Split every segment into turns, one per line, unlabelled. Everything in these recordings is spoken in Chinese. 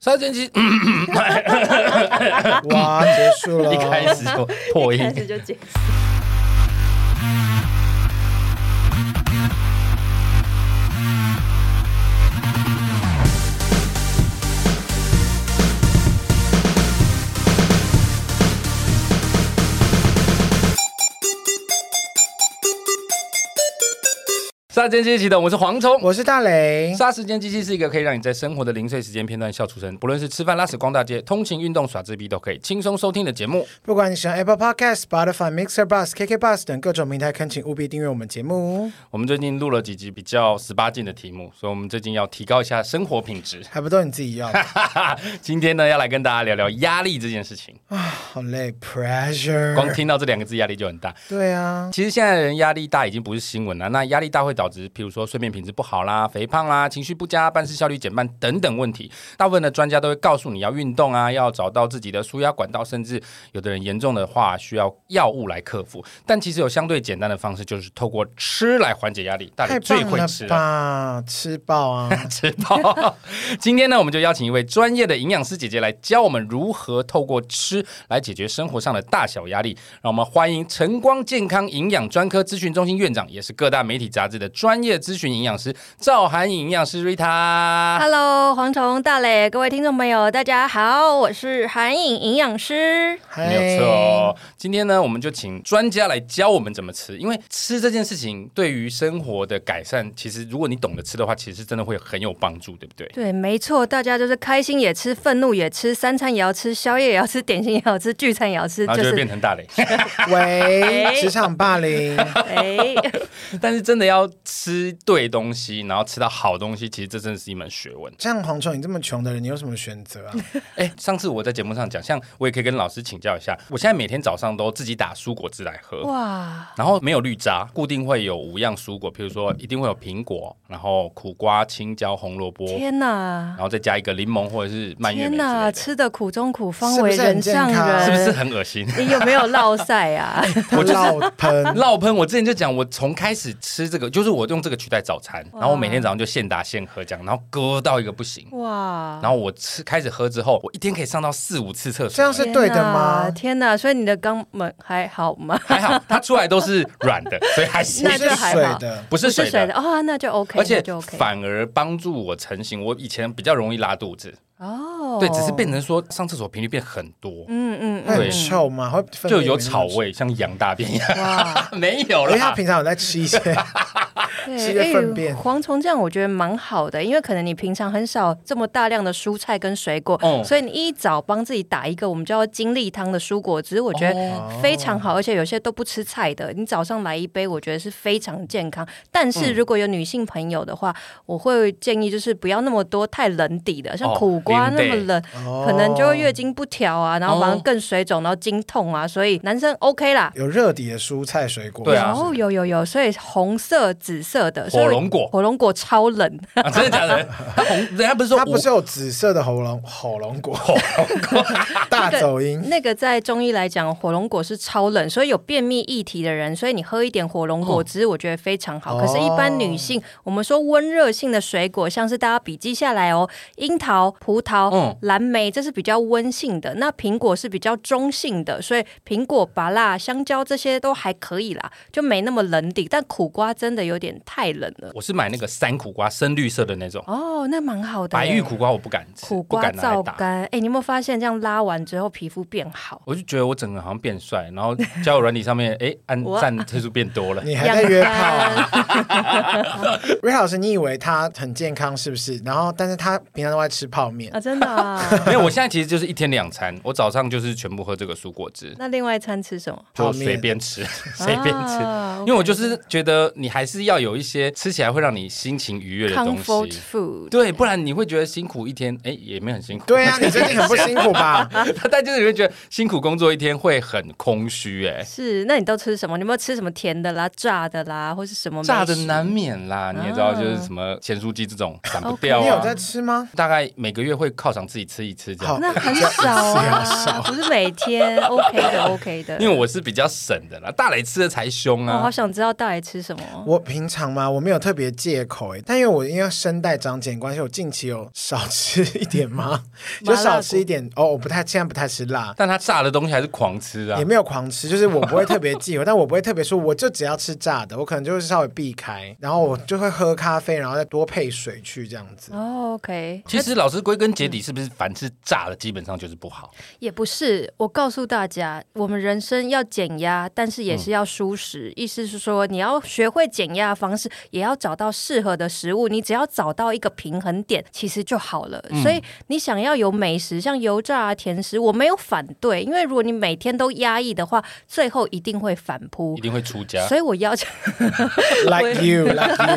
杀奸机，嗯
哇，结束了，
一 开始就破
一
音，
开始就 解释。
杀奸机启动，我是蝗虫。
我是大雷，
杀时间机器是一个可以让你在生活的零碎时间片段笑出声，不论是吃饭、拉屎、逛大街、通勤、运动、耍自闭，都可以轻松收听的节目。
不管你使用 Apple Podcast、Spotify、Mixer、Bus、KK Bus 等各种平台，恳请务必订阅我们节目。
我们最近录了几集比较十八禁的题目，所以我们最近要提高一下生活品质。
还不都你自己要的，
今天呢，要来跟大家聊聊压力这件事情。
好累
光
，pressure。
听到这两个字，压力就很大。
对啊，
其实现在的人压力大已经不是新闻了，那压力大会导致，譬如说睡眠品质不好啦、肥胖啦、情绪不佳、办事效率减慢等等问题。大部分的专家都会告诉你要运动啊，要找到自己的舒压管道，甚至有的人严重的话需要药物来克服。但其实有相对简单的方式，就是透过吃来缓解压力。大家
太
最
棒
会
了
吃了。
吧，吃爆啊！
知道。今天呢，我们就邀请一位专业的营养师姐姐来教我们如何透过吃来解决生活上的大小压力。让我们欢迎晨光健康营养专科咨询中心院长，也是各大媒体杂志的专业咨询营养师赵涵颖营养师 Rita。
Hello，蝗虫大磊，各位听众朋友，大家好，我是韩颖营养师。
没有错、哦，今天呢，我们就请专家来教我们怎么吃，因为吃这件事情对于生活的改善，其实如果你懂得吃的话，其实真的会很有帮助，对不对？
对，没错，大家就是开心也吃，愤怒也吃，三餐也要吃，宵夜也要吃，点心也要吃，聚餐也 要吃，
然后
就
就会
是
变成大雷。
嗨
哎
喂，职场霸凌，
哎，
但是真的要吃对东西，然后吃到好东西，其实这真的是一门学问。
像蝗虫你这么穷的人，你有什么选择 啊？
哎，上次我在节目上讲，像我也可以跟老师请教一下，我现在每天早上都自己打蔬果汁来喝。
哇，
然后没有绿渣，固定会有五样蔬果，比如说一定会有苹果，然后苦瓜、青椒、红萝卜，
天
然
哪，
后再加一个柠檬或者是蔓越莓之
天
类的，
吃的苦中苦，方
是不
为
是很
人上
健康
人，
是不是很恶心？
你有没有落晒啊？
我老喷，
老喷，我之前就讲，我从开始吃这个，就是我用这个取代早餐，然后我每天早上就现打现喝这样，然后割到一个不行，
哇，
然后我吃开始喝之后，我一天可以上到四五次厕所，
这样是对的
天哪
吗？
天哪，所以你的肛门还好吗？
还好，它出来都是软的，所以还行
不，
那
是
就还
水
好
的，
不是
是
水
水
的。
的哦，那就 OK，
而且
那就 OK
反而帮助我成型。我以前比较容易拉肚子，
哦，
对，只是变成说上厕所频率变很多，
嗯嗯
会
对
很臭吗？会分
就
泌
有
那种
草，味，像羊大便一样。
哇，
没有
因
哎
为他
啦，
平常有在吃一些。吃
对，哎
些粪便
蝗虫这样我觉得蛮好的，因为可能你平常很少这么大量的蔬菜跟水果，
嗯
所以你一早帮自己打一个我们叫精力汤的蔬果汁，我
哦
觉得非常好，而且有些都不吃菜的，你早上来一杯，我觉得是非常健康。但
嗯
是如果有女性朋友的话，我会建议就是不要那么多太冷底的，像
哦
苦瓜
零
那
类
么冷，
哦
可能就会月经不调啊，然后反而
哦
更水肿，然后经痛啊，所以男生 OK 啦。
有热底的蔬菜水果，
对啊
有有有有，所以红色、紫色的所以
火龙果
火龙果超冷，
啊真的假 的？它红，人家不是说
它
五
不是有紫色的喉咙火龙果， 大走 音。
那个在中医来讲，火龙果是超冷，所以有便秘议题的人，所以你喝一点火龙
哦
果汁，我觉得非常好。
哦
可是，一般女性，我们说温热性的水果，像是大家笔记下来哦，樱桃、葡萄、
嗯
蓝莓，这是比较温性的。那苹果是比较中性的，所以苹果、芭辣、香蕉这些都还可以啦，就没那么冷底。但苦瓜真的有点太冷了。
我是买那个山苦瓜，深绿色的那种，
哦，那蛮好的耶。
白玉苦瓜我不敢吃，
苦
不
瓜
敢拿来
皂
打。
苷，哎、你有没有发现这样拉完之后皮肤变好？
我就觉得我整个好像变帅，然后交友软体上面， 哎，按
我啊
赞次数变多了。
你还在约炮啊
养
瑞老师，你以为他很健康是不是？然后，但是他平常都在吃泡面。
啊，真 的、啊？
没有，我现在其实就是一天两餐，我早上就是全部喝这个蔬果汁，
那另外一餐吃什么？
就
泡面
随便吃， 随便吃。
啊
因为我就是觉得你还是要有一些吃起来会让你心情愉悦的东
comfort
西，
food。
对，不然你会觉得辛苦一天，哎，也没有很辛苦。
对啊，你最近很不辛苦吧？
但就是你会觉得辛苦工作一天会很空虚，哎，
是，那你都吃什么？你有没有吃什么甜的啦、炸的啦，或是什么美食
炸的难免啦，你也知道，
啊
就是什么咸酥鸡这种散不掉
你有
啊
在。吃吗？
大概每个月会犒赏自己吃一次这样
好，，
那很少
好
啊
少，
不是每天 OK 的 OK 的。
因为我是比比较省的啦，大磊吃的才凶
哦我好
啊。
想知道到底吃什么。
我平常吗？我没有特别忌口哎、但因为我因为声带长茧关系，我近期有少吃一点吗？就少吃一点哦，我不太现在不太吃辣。
但他炸的东西还是狂吃啊
也。没有狂吃，就是我不会特别 忌口，但我不会特别说，我就只要吃炸的，我可能就是稍微避开，然后我就会喝咖啡，然后再多配水去这样 子。
哦，OK，
其实老师归根结底，是不是凡是炸的基本上就是不好？
也不是。我告诉大家，我们人生要减压，但是
嗯
也是要舒适。意思是说，你要学会减压的方式，也要找到适合的食物。你只要找到一个平衡点，其实就好了。所
嗯
以你想要有美食，像油炸啊、甜食，我没有反对，因为如果你每天都压抑的话，最后一定会反扑
一。定会出家
所。以我要 求
Like you, like you，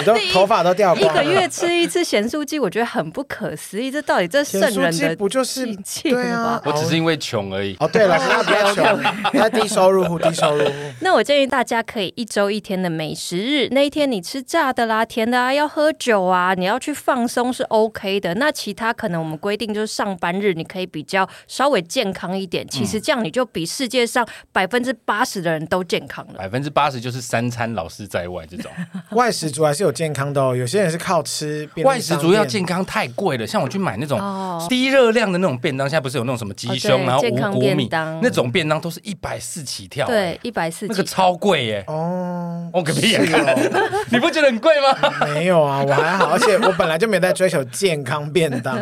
你都头发都掉
一
光
个
了。
月吃一次咸酥鸡，我觉得很不可思议。这到底这圣
咸酥
人
鸡
的
不就是
境界
对啊
吧？
我只是因为穷而已。
哦，对 了，他比较穷，他低收入户，低收入户。
那我建议大家可以一周一天的美食日，那一天你吃炸的啦、甜的啊，要喝酒啊，你要去放松是 OK 的。那其他可能我们规定就是上班日，你可以比较稍微健康
嗯
一点。其实这样你就比世界上百分之八十的人都健康了。
百分之八十就是三餐老师在外 这种，
外食族还是有健康的哦，有些人是靠吃便利
外食
商
主要
店
健康太贵了。像我去买那种
哦
低热量的那种便当，现在不是有那种什么鸡
哦
胸，
对
然后
健康
五谷米
便当
那种便当都是一百四起跳，哎
对，，一百四
那
十
个超贵耶！
哦。
我个屁
是
呀！
哦，
你不觉得很贵吗？
没有啊，我还好，而且我本来就没在追求健康便当，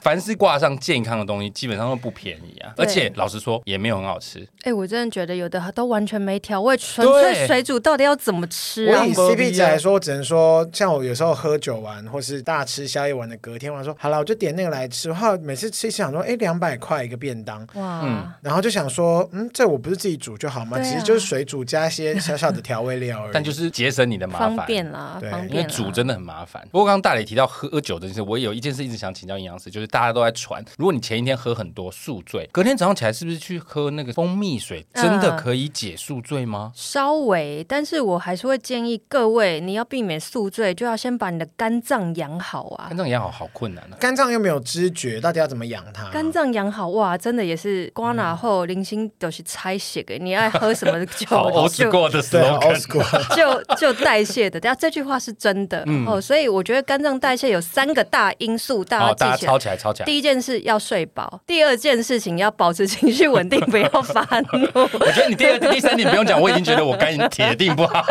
凡是挂上健康的东西，基本上都不便宜啊。
对
而且老实说，也没有很好吃。
哎、我真的觉得有的都完全没调味，纯
对
粹水煮到底要怎么吃
我
啊
以？
不一样
CP 值来说，我只能说，像我有时候喝酒完，或是大吃宵夜完的隔天晚上说，好了，我就点那个来吃。后来每次吃一吃，想说，哎，两百块一个便当，
哇！
嗯
然后就想说，嗯，这我不是自己煮就好吗？
对啊
其实就是水煮加一些小小的调味料而 已。
但就是节省你的麻
方
烦。
便啦，
对
方
因为
便啦。啊
煮真的很麻烦。不过刚刚大磊提到喝酒这件事，我也有一件事一直想请教营养师，就是大家都在传，如果你前一天喝很多宿醉，隔天早上起来是不是去喝那个蜂蜜水，
嗯
真的可以解宿醉吗？
稍微，但是我还是会建议各位，你要避免宿醉，就要先把你的肝脏养好啊
肝。脏养好好困难啊！
肝脏又没有知觉，到底要怎么养它？
肝脏养好哇，真的也是瓜拿后零星都是拆血给你爱喝什么酒
好欧式
就
过的
对啊
slogan，
，old school。
就就代谢的。等下这句话是真的、
嗯
哦，所以我觉得肝脏代谢有三个大因素，大
好，大
家
家
要记起来
抄。起来，抄起来。
第一件事要睡饱，第二件事情要保持情绪稳定，不要发怒。
我觉得你第二、第三点不用讲，我已经觉得我肝铁定不好。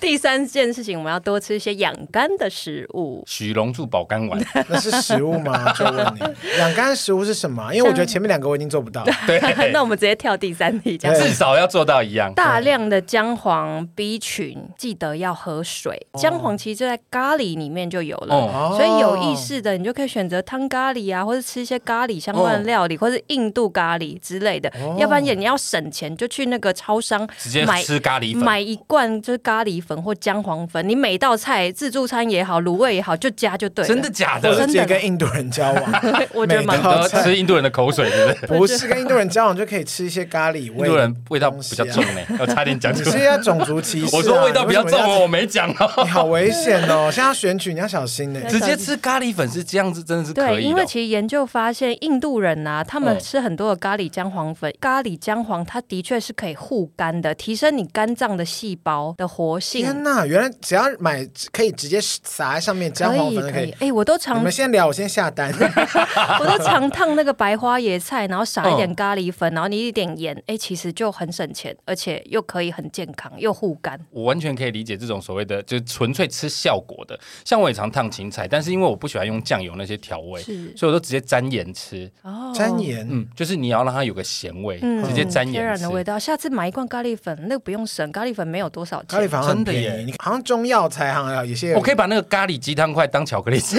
第三件事情，我们要多吃一些养肝的食物。
许荣柱保肝 丸，
那是食物吗？就问你，养肝食物是什么啊？因为我觉得前面两个我已经做不到。
对，
那我们直接跳第三题，这样
对
至少要做到一样。
大量的姜黄 B 群，记得要喝水。姜黄其实就在咖喱里面就有了。
哦，
所
所以有 意。识的，你就可以选择汤咖喱啊，或者吃一些咖喱相关的料
哦
理，或者印度咖喱之类的。要不然也你要省钱，就去那个超商
直接
买
吃咖喱粉。
买一罐就是咖喱粉或姜黄粉。你每道菜自助餐也好，卤味也好，就加就对了。
真的，假
或者
的？
直接跟印度人交往，
我觉得蛮
你
每
都
道
吃印度人的口水，是不是？
不是跟印度人交往就可以吃一些咖喱
印
味。
度人味道比较重呢，我差点 讲
你
出来
是。要种族歧视、啊？
我说味道比较重
啊
哦，
你为什么要
我没讲
这
哦
样。。你好危险哦！现在要选举，你要小心呢、
对
直接吃咖喱粉是这样子，真的是哦可
对，
以
因为
哦
的。
其实研究发现，印度人啊，他
嗯
们吃很多的咖喱姜黄粉，咖喱姜黄它的确是可以护肝的，提升你肝脏的细胞的活
天
性。
哪，原来只要买可以直接撒在上面姜黄粉就可
可以
以。，
哎，我都
你
常
们先聊，我先下单。
我都常烫那个白花椰菜，然后撒一
嗯
点咖喱粉，然后你一点盐，哎，其实就很省钱，而且又可以很健康，又护肝。
我完全可以理解这种所谓的就是纯粹吃效果的，像我也常烫芹菜，但是因为我不喜欢用酱油那些调味，
是
所以我都直接沾盐吃。
哦
沾。盐，
嗯，就是你要让它有个咸味，
嗯
直接沾
天
盐
然
吃
的。味道，下次买一罐咖喱粉，那个不用省，咖喱粉没有多少
咖喱。
钱
粉
真
很
的耶
便宜，好像中药材好像有些。
我可以把那个咖喱鸡汤块当巧克力吃，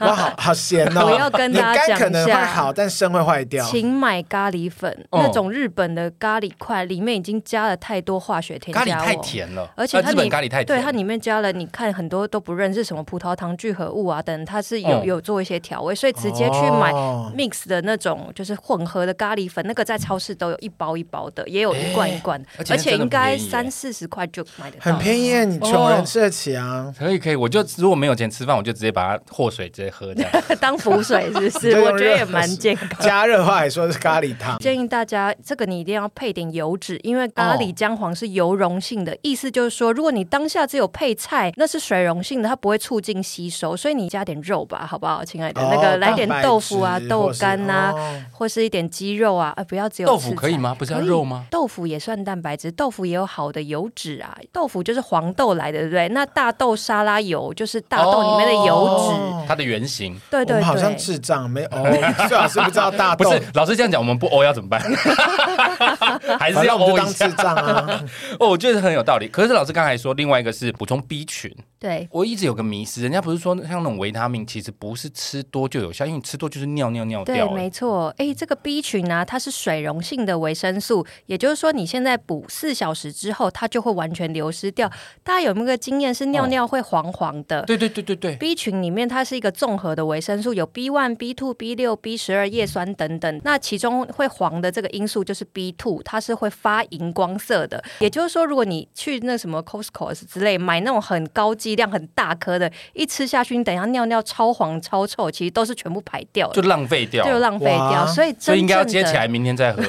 哇，好好咸哦！
我要跟大家
你肝可能会
讲一下
好，但肾会坏掉。
请买咖喱粉，
哦
那种日本的咖喱块里面已经加了太多化学添加
咖喱
物，
太甜了，
而且
呃
它
日本
里
咖喱太
对
甜，
它里面加了，你看很多都不认识什么葡萄糖聚合物啊等，它是有、
嗯
有做一些调味，所以直接去买嗯
哦
mix 的那种，就是混合的咖喱粉，那个在超市都有一包一包的，也有一罐一罐的，
哎而且
而
那真的
应
不
该
便宜耶
三四十块就买得到，
很便宜耶，你穷人吃得起啊。
可以可以，我就如果没有钱吃饭，我就直接把它祸水直接喝 掉。
当浮水是 不
你
是？
就用
我觉得也
热水
蛮健康。
加热话还说是咖喱汤，
建议大家，这个你一定要配点油脂，因为
哦
咖喱姜黄是油溶性的，意思就是说，如果你当下只有配菜，那是水溶性的，它不会促进吸收，所以你加点肉吧，好不好，亲爱的？
哦
那个来点豆腐啊
蛋白、质
豆
或是
干呐、
哦
或是一点鸡肉啊，呃，不要只有
豆
吃
腐
菜
可以？吗？不是要
可以
肉吗？
豆腐也算蛋白质，豆腐也有好的油脂啊。豆腐就是黄豆来的，对不对？那大豆沙拉油就是大豆里面的油脂，
哦
它的原型
对
我
对
们好像
对。
智障没哦，最好是不知道 大
不
啊豆
是，老师这样讲，我们不欧要怎么办？ 还是
反
要
正我
欧
们就
一
当
下
智？障啊。
哦，我觉得很有道理。可是老师刚才说，另外一个是补充 B 群，
对
我一直有个迷思，人家不是说像那种维他命，其实不是吃多就有效，因为你吃多就是尿尿尿
对
掉，了。
没错。哎，这个 B 群呢、它是水溶性的维生素，也就是说，你现在补四小时之后，它就会完全流失掉。大家有没有个经验是尿尿会黄黄的？
哦对对对对对，
B 群里面它是一个综合的维生素，有 B one、B two、B 六、B 十二、叶酸等等。那其中会黄的这个因素就是 B two，它是会发荧光色的。也就是说，如果你去那什么 Costco 之类买那种很高剂量、很大颗的，一吃下去，你等一下尿尿超黄超臭，其实都是全部排掉
就
了，
浪费掉，
就浪费掉。
哇
所以真
所
正
以
的
应该要接起 来，明天 再喝，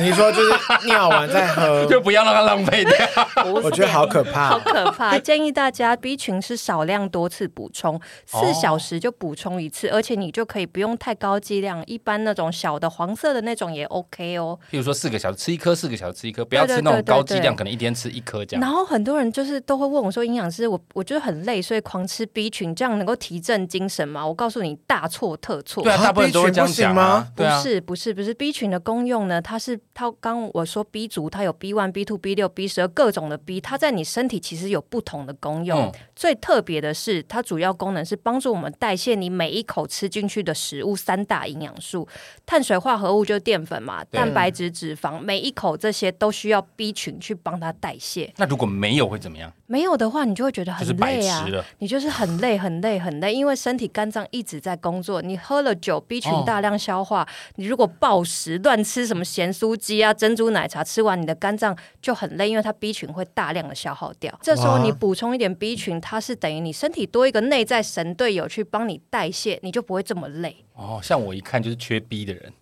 你说就是尿完再喝，
就不要让它浪费掉。
不是
我觉得好可
好
怕。
可怕！ 建议大家 B 群是少量多次补充，
哦
四小时就补充一次，而且你就可以不用太高剂量，一般那种小的黄色的那种也 OK 哦。
譬如说四个小时吃一颗，四个小时吃一颗，不要
对对
吃那种
对对
高剂量，
对
可能一天吃一颗这
然
样。
后很多人就是都会问我说，营养师，我我觉得很累，所以狂吃 B 群，这样能够提振精神吗？我告诉你，大错特错。
对啊，
啊
大部分人都会这样讲啊，
不
对啊，
是不是不是 B 群的功用呢？它是它刚我说 B 族，它有 B one、B two、B 六、B 十二各种的 B，它在你身体其实有不同的功用。
嗯
最特别的是，它主要功能是帮助我们代谢你每一口吃进去的食物三大营养素，碳水化合物就是淀粉嘛，
对
蛋白质、脂肪，每一口这些都需要 B 群去帮它代谢。
那如果没有会怎么样？
没有的话，你就会觉得
就
很
是白
累啊
吃，了。
你就是很累、很累、很累，因为身体肝脏一直在工作。你喝了酒，B 群
哦
大量消化，你如果暴食、乱吃什么咸酥鸡啊、珍珠奶茶，吃完你的肝脏就很累，因为它 B 群会大量的消耗掉。这时候
哇
你补充一点 B 群，它是等于你身体多一个内在神队友去帮你代谢，你就不会这么累。
哦，像我一看就是缺 B 的 人，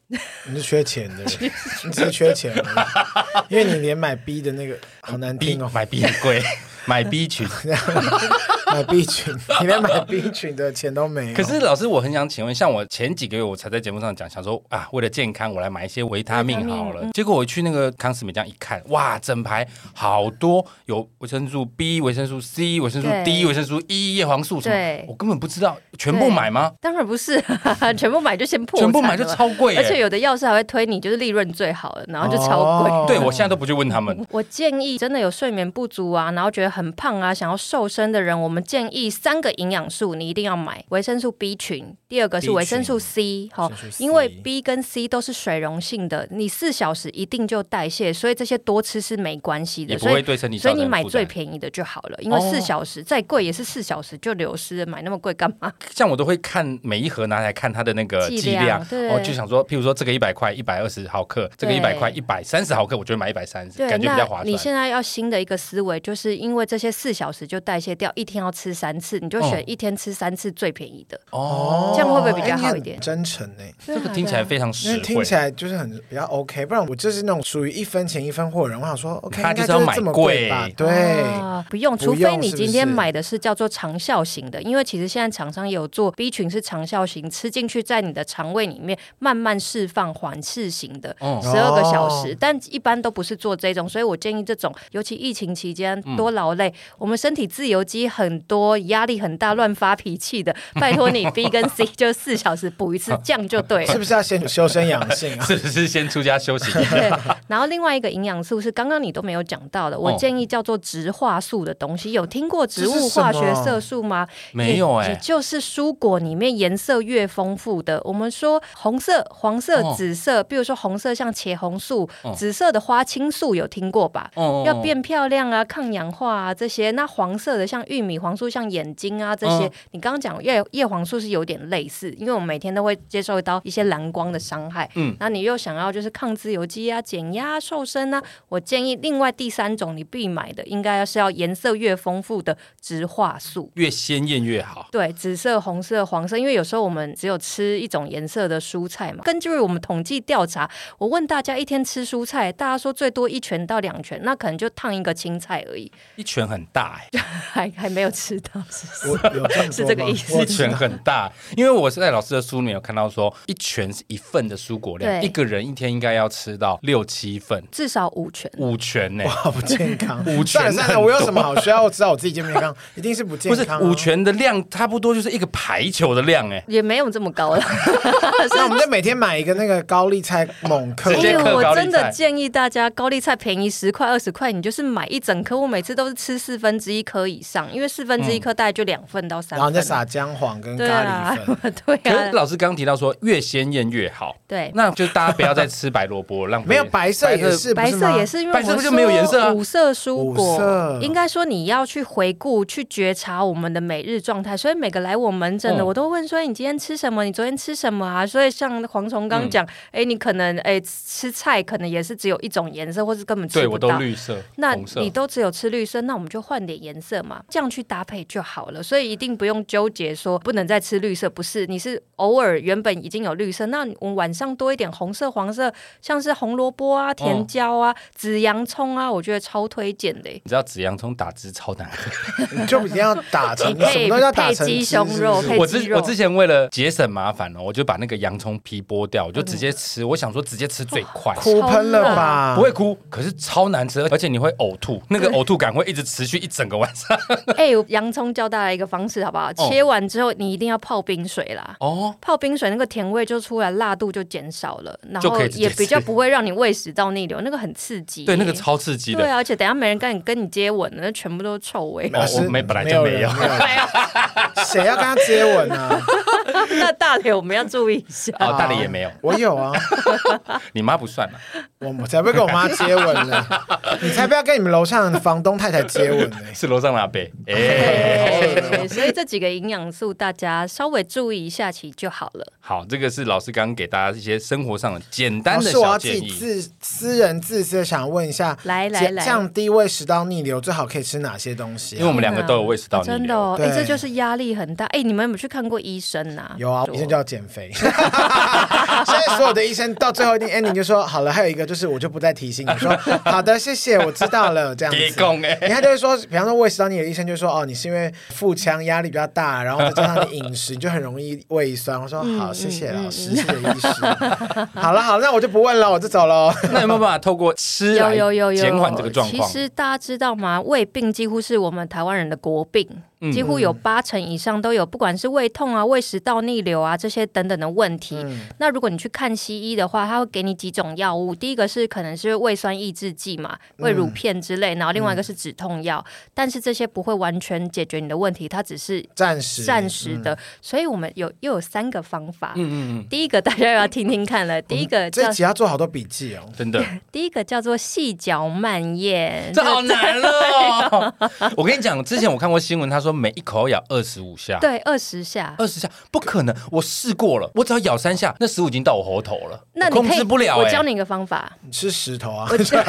你是缺钱 的，你只是缺钱而已，因为你连买 B 的那个好难
B
听哦，
买 B 很 贵，买 B 群。
买 B 群， 你连买 B 群的钱都没有。
可是老师，我很想请问，像我前几个月我才在节目上讲，想说啊，为了健康，我来买一些维他命好了。结果我去那个康斯美这样一看，哇，整排好多有维生素 B、维生素 C、维生素 D、
对
维生素 E、叶黄素什么
对，
我根本不知道，全部买吗？
当然不 是，全部买就先破
全
产了，
部买就超贵、
而且
耶。
有的药师还会推你，就是利润最好的，然后就超贵。
哦
对我现在都不去问他们。
我建议真的有睡眠不足啊，然后觉得很胖啊，想要瘦身的人，我们建议三个营养素你一定要买：维生素 B 群，第二个
B
是
群
维生素 C，好
维生素 C
因为 B 跟 C 都是水溶性的，你四小时一定就代谢，所以这些多吃是没关系
也
的。
不
所
会
以
对身体造
所以
成
你买
负
最
担。
便宜的就好了，因为
哦
四小时、再贵也是四小时就流失了，买那么贵干嘛？
像我都会看每一盒拿来看它的那个
剂
剂
量
量，
对
我就想说，譬如说这个一百块，一百二十毫克，这个一百
对
块，一百三十毫克，我就会买一百三十，
对，
感觉比较划
那你
算。
现在要新的一个思维，就是因为这些四小时就代谢掉，一天要吃三次，你就选
嗯
一天吃三次最便宜的。
哦，
这样会不会比较
哎你
好
很
一点
真诚呢、
这个听起来非常实
因为
惠。
听起来就是很比较 OK，不然我就是那种属于一分钱一分货的人。我想说 OK，
他
应
就
该
是要
是
买
这么
贵
吧？对，
啊不用，
不
除非
用
你
是不
今天
是
买的是叫做长效型的，因为其实现在厂商也有做 B 群是长效型，吃进去在你的肠胃里面慢慢释放缓释型的，
哦
十二个小
哦
时，但一般都不是做这种，所以我建议这种，尤其疫情期间
嗯
多劳累，我们身体自由基很多，压力很大，乱发脾气的，拜托你 B 跟 C 就四小时补一次，这样就对了
是。不是要先修身养性 啊？
是不是先出家休 息？
对，然后另外一个营养素是刚刚你都没有讲到的，我
哦
建议叫做植化素的东西，有听过植
这是
物
什
化学
么
色素吗？
没有
也
哎、
也就是蔬果里面颜色越丰富的，我们说红色、黄色、
哦
紫色，比如说红色像茄红素，
哦
紫色的花青素有听过吧？
哦
要变漂亮啊，抗氧化啊这些，那黄色的像玉米黄素、像眼睛啊这些，
嗯
你刚刚讲叶叶黄素是有点类似，因为我们每天都会接受到一些蓝光的伤害，
嗯
嗯，那你又想要就是抗自由基啊、减压、啊、瘦身啊，我建议另外第三种你必买的应该要是要颜色越丰富的植化素。
越鲜艳越好。
对，紫色、红色、黄色，因为有时候我们只有吃一种颜色的蔬菜嘛。根据我们统计调查，我问大家一天吃蔬菜，大家说最多一拳到两拳，那可能就烫一个青菜而已，
一拳很大、欸，
还还没有吃到，是不是
我有这么多
是这个
吗
意思
我
一拳很大，因为我是在老师的书里面有看到说，一拳是一份的蔬果量，
对
一个人一天应该要吃到六七份，
至少五拳。
五拳欸呢、
好不健 康。
五
算
拳
了算
很
了，
多
我有什么好需要知道我自己健不健康？一定是不
不
健
是
康、啊。
五，拳的量差不多就是一个排球的量哎、
也没有这么高了，
那我们就每天买一个那个高丽菜猛克
直。接
因
嗑高丽
为
菜
我真的建议大家，高丽菜便宜十块二十块，你就是买一整颗。我每次都是吃四分之一颗以上，因为四分之一颗大概就两份到三
然后
份。
你再撒姜黄跟咖
对啊
喱粉，，
对
可是
啊，
老师刚刚提到说，越鲜艳越好，
对。
那就大家不要再吃白萝卜，浪费
没有白色也是，不
白色
吗
也是，因为
白色
我
就没有颜色啊
说五色蔬
五色
果，应该说你要去回顾、去觉察我们的每日状态。所以每个来我门诊的，
嗯
我都问说：“哎你今天吃什么？你昨天吃什么啊？”所以像黄虫刚
嗯
讲，哎，你可能哎吃菜可能也是只有一种颜色，或是根本
对
吃
我
不
都
到。
绿色、
那
红色
你。都只有吃绿色，那我们就换点颜色嘛，这样去搭配就好了。所以一定不用纠结说不能再吃绿色，不是，你是偶尔原本已经有绿色，那我们晚上多一点红色、黄色，像是红萝卜啊、甜椒
哦
啊、紫洋葱啊，我觉得超推荐 的耶。欸
你知道紫洋葱打汁超难喝，
你就一定要打成
你
什么
配
都要打成
配鸡
汁
胸肉
是不是
配
我
肌
之
肉
我之前为了节省麻烦哦，我就把那个洋葱皮剥
嗯
掉，我就直接吃。我想说直接吃最快，
哭喷了吧？
不会哭，可是超难吃，而且你会呕吐，那个呕吐感会一直持续一整个晚 上。
哎、洋葱教大家一个方式好不好？切完之后你一定要泡冰水啦。
哦，
泡冰水，那个甜味就出来，辣度就减少了，然
就
后
可以直接
也比较
吃
不会让你胃食道逆流，那个很刺激耶。
对，那个超刺激
对
的。
啊，而且等一下没人跟你跟你接吻了，那全部都是臭味。
哦
是
我没本来就
有
没
人
有
没有人谁要跟他接吻啊？
那大腿我们要注意一下。
哦，大理也没有，
我有啊，
你妈不算嘛？
我我才不会跟我妈接吻呢，你才不要跟你们楼上的房东太太接吻呢。
是楼上那 杯。哎、
对，所以这几个营养素大家稍微注意一下其实就好了。
好，这个是老师刚刚给大家一些生活上的简单
老
的
师，我
小
要自
建
己
议。
自私人自私的想问一下，
来来
降
来
降低胃食道逆流最好可以吃哪些东西
因为
啊？
我们两个都有胃食道逆流，
真的哦，
对
哎，这就是压力很大。哎，你们有没有去看过医生呐？
有啊，
说
医生就要减肥。 现在所有的医生到最后一定 ending 就说好了，还有一个就是我就不再提醒你说好的，谢谢，我知道了这样
给
子。
供哎，
你看，就会说，比方说胃食道逆流，医生就说哦，你是因为腹腔压力比较大，然后再加上你饮食，你就很容易胃酸。我说
嗯
好，谢谢老师，谢谢医师。 好了好了，那我就不问了，我就走了。
那有没有办法透过吃
有
来
有有有
减缓这个状
其
况？
实大家知道吗？胃病几乎是我们台湾人的国病，
嗯
几乎有八成以上都有，不管是胃痛啊、胃食道逆流啊这些等等的问题。
嗯
那如果你去看西医的话，他会给你几种药物，第一个是可能是胃酸抑制剂嘛，
嗯
胃乳片之类，然后另外一个是止痛药，但是这些不会完全解决你的问题，它只是
暂时，
暂时的。所以我们有又有三个方法。
嗯嗯嗯
第一个大家要听听看了，第一个
这
叫
一集要做好多笔记哦
嗯，。真的，
第一个叫做细嚼慢咽，
这好难哦！我跟你讲，之前我看过新闻，他说每一口要咬二十五下，
对，二十下。
二十下不可能，我试过了，我只要咬三下，那食物已经到我喉头了，
那
我
你
控
可以，
制不了、欸。
我教你一个方法，
你吃石头啊
我，教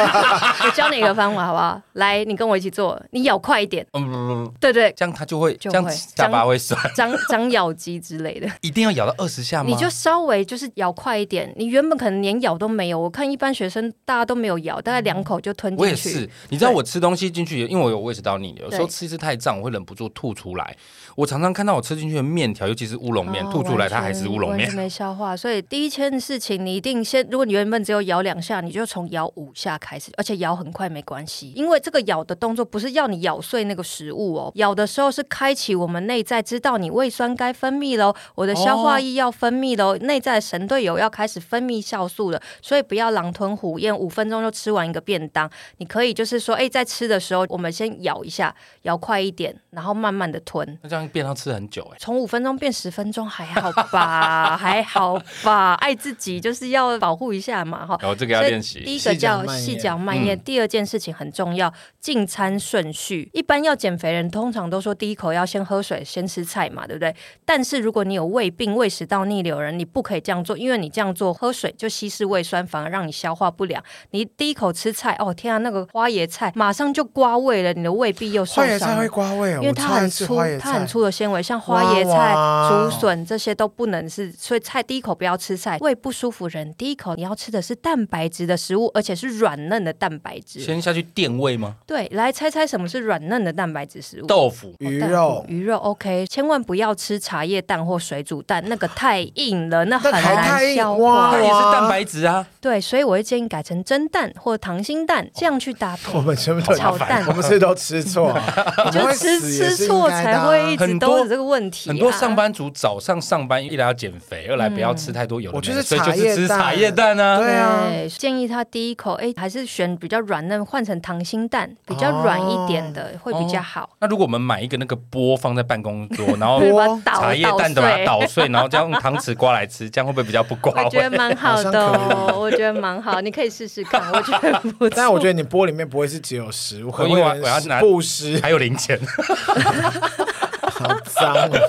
我教你一个方法好不好？ 来，你跟我一起做，你咬快一点，
嗯，不不不，
对对，
这样它就会，
就
这样
会
下巴会酸，
长长咬肌之类的，
一定要咬到二十下吗？
你就稍微就是咬快一点。你原本可能连咬都没有，我看一般学生大家都没有咬，大概两口就吞
我也
进去。
是，你知道我吃东西进去，因为我有胃食道逆流，有
对
时候吃一次太胀，我会忍不住吐出来。我常常看到我吃进去的面条，尤其是乌龙面，
哦
吐出来
完
它还是
全
乌龙
完
面
全。没消化。所以第一件事情，你一定先，如果你原本只有咬两下，你就从咬五下开始，而且咬很快没关系，因为这个咬的动作不是要你咬碎那个食物哦，咬的时候是开启我们内在，知道你胃酸该分泌喽，我的消
哦
化液要分泌喽，内在神队友要开始分泌酵素了，所以不要狼吞虎咽，五分钟就吃完一个便当。你可以就是说，哎、在吃的时候，我们先咬一下，咬快一点，然后慢慢的吞。
那这样便当吃很久哎、
从五分钟变十分钟还好吧，还好吧，爱自己就是要保护一下嘛，哈。
然后这个要
所
练
以
习。嗯
第一个叫
细
细
嚼
嚼慢咽，第二件事情很重要，进餐顺序。一般要减肥人通常都说第一口要先喝水，先吃菜嘛，对不对？但是如果你有胃病、胃食道逆流人，你不可以这样做，因为你这样做喝水就稀释胃酸，反而让你消化不良。你第一口吃菜，哦天啊，那个花椰菜马上就刮胃了，你的胃壁又受
花椰菜
伤
会
了。
刮胃哦，
因为
我
它
超爱
很
吃
粗
花椰，
它很
菜。
粗的纤维，像花椰菜
哇、哇
竹笋这些都不能是，所以菜第一口不要吃菜，胃不舒服人第一口你要吃的是蛋白质的食物，而且是软嫩的蛋白质。
先下去垫胃吗？
对，来猜猜什么是软嫩的蛋白质食物？哦
豆腐
鱼
蛋
肉，
鱼肉 OK，千万不要吃茶叶蛋或水煮蛋，那个太硬了，那很
那还太
难
硬
消
哇
化
它。也是蛋白质啊。
对，所以我会建议改成蒸蛋或溏心蛋，这样去搭配
我。们全部都
炒蛋
我们是都吃错，啊
你 就吃吃错才会一直都有这个问题、啊嗯
很多上班族早上上班一来要减肥，二来不要吃太多油的
我
没的，
就是
所以就
茶叶
是吃
蛋
茶叶蛋啊。
对啊，
对，建议他第一口，哎、还是选比较软嫩，换成溏心蛋，比较软一点
哦
的、会比较好。
那如果我们买一个那个钵放在办公桌，然 后
对
会
哇
把
哦
它
茶
捣
叶蛋的把
捣
它
碎，
捣碎，然后这样用糖匙刮来吃，这样会不会比较不刮
我觉
胃？
得蛮好的、
好像可
哦，我觉得蛮好，你可以试试看，我觉得不错。
但我觉得你锅里面不会是只有食物，
我因为我
会有人
我要拿
布施，
还有零钱。
好脏哦。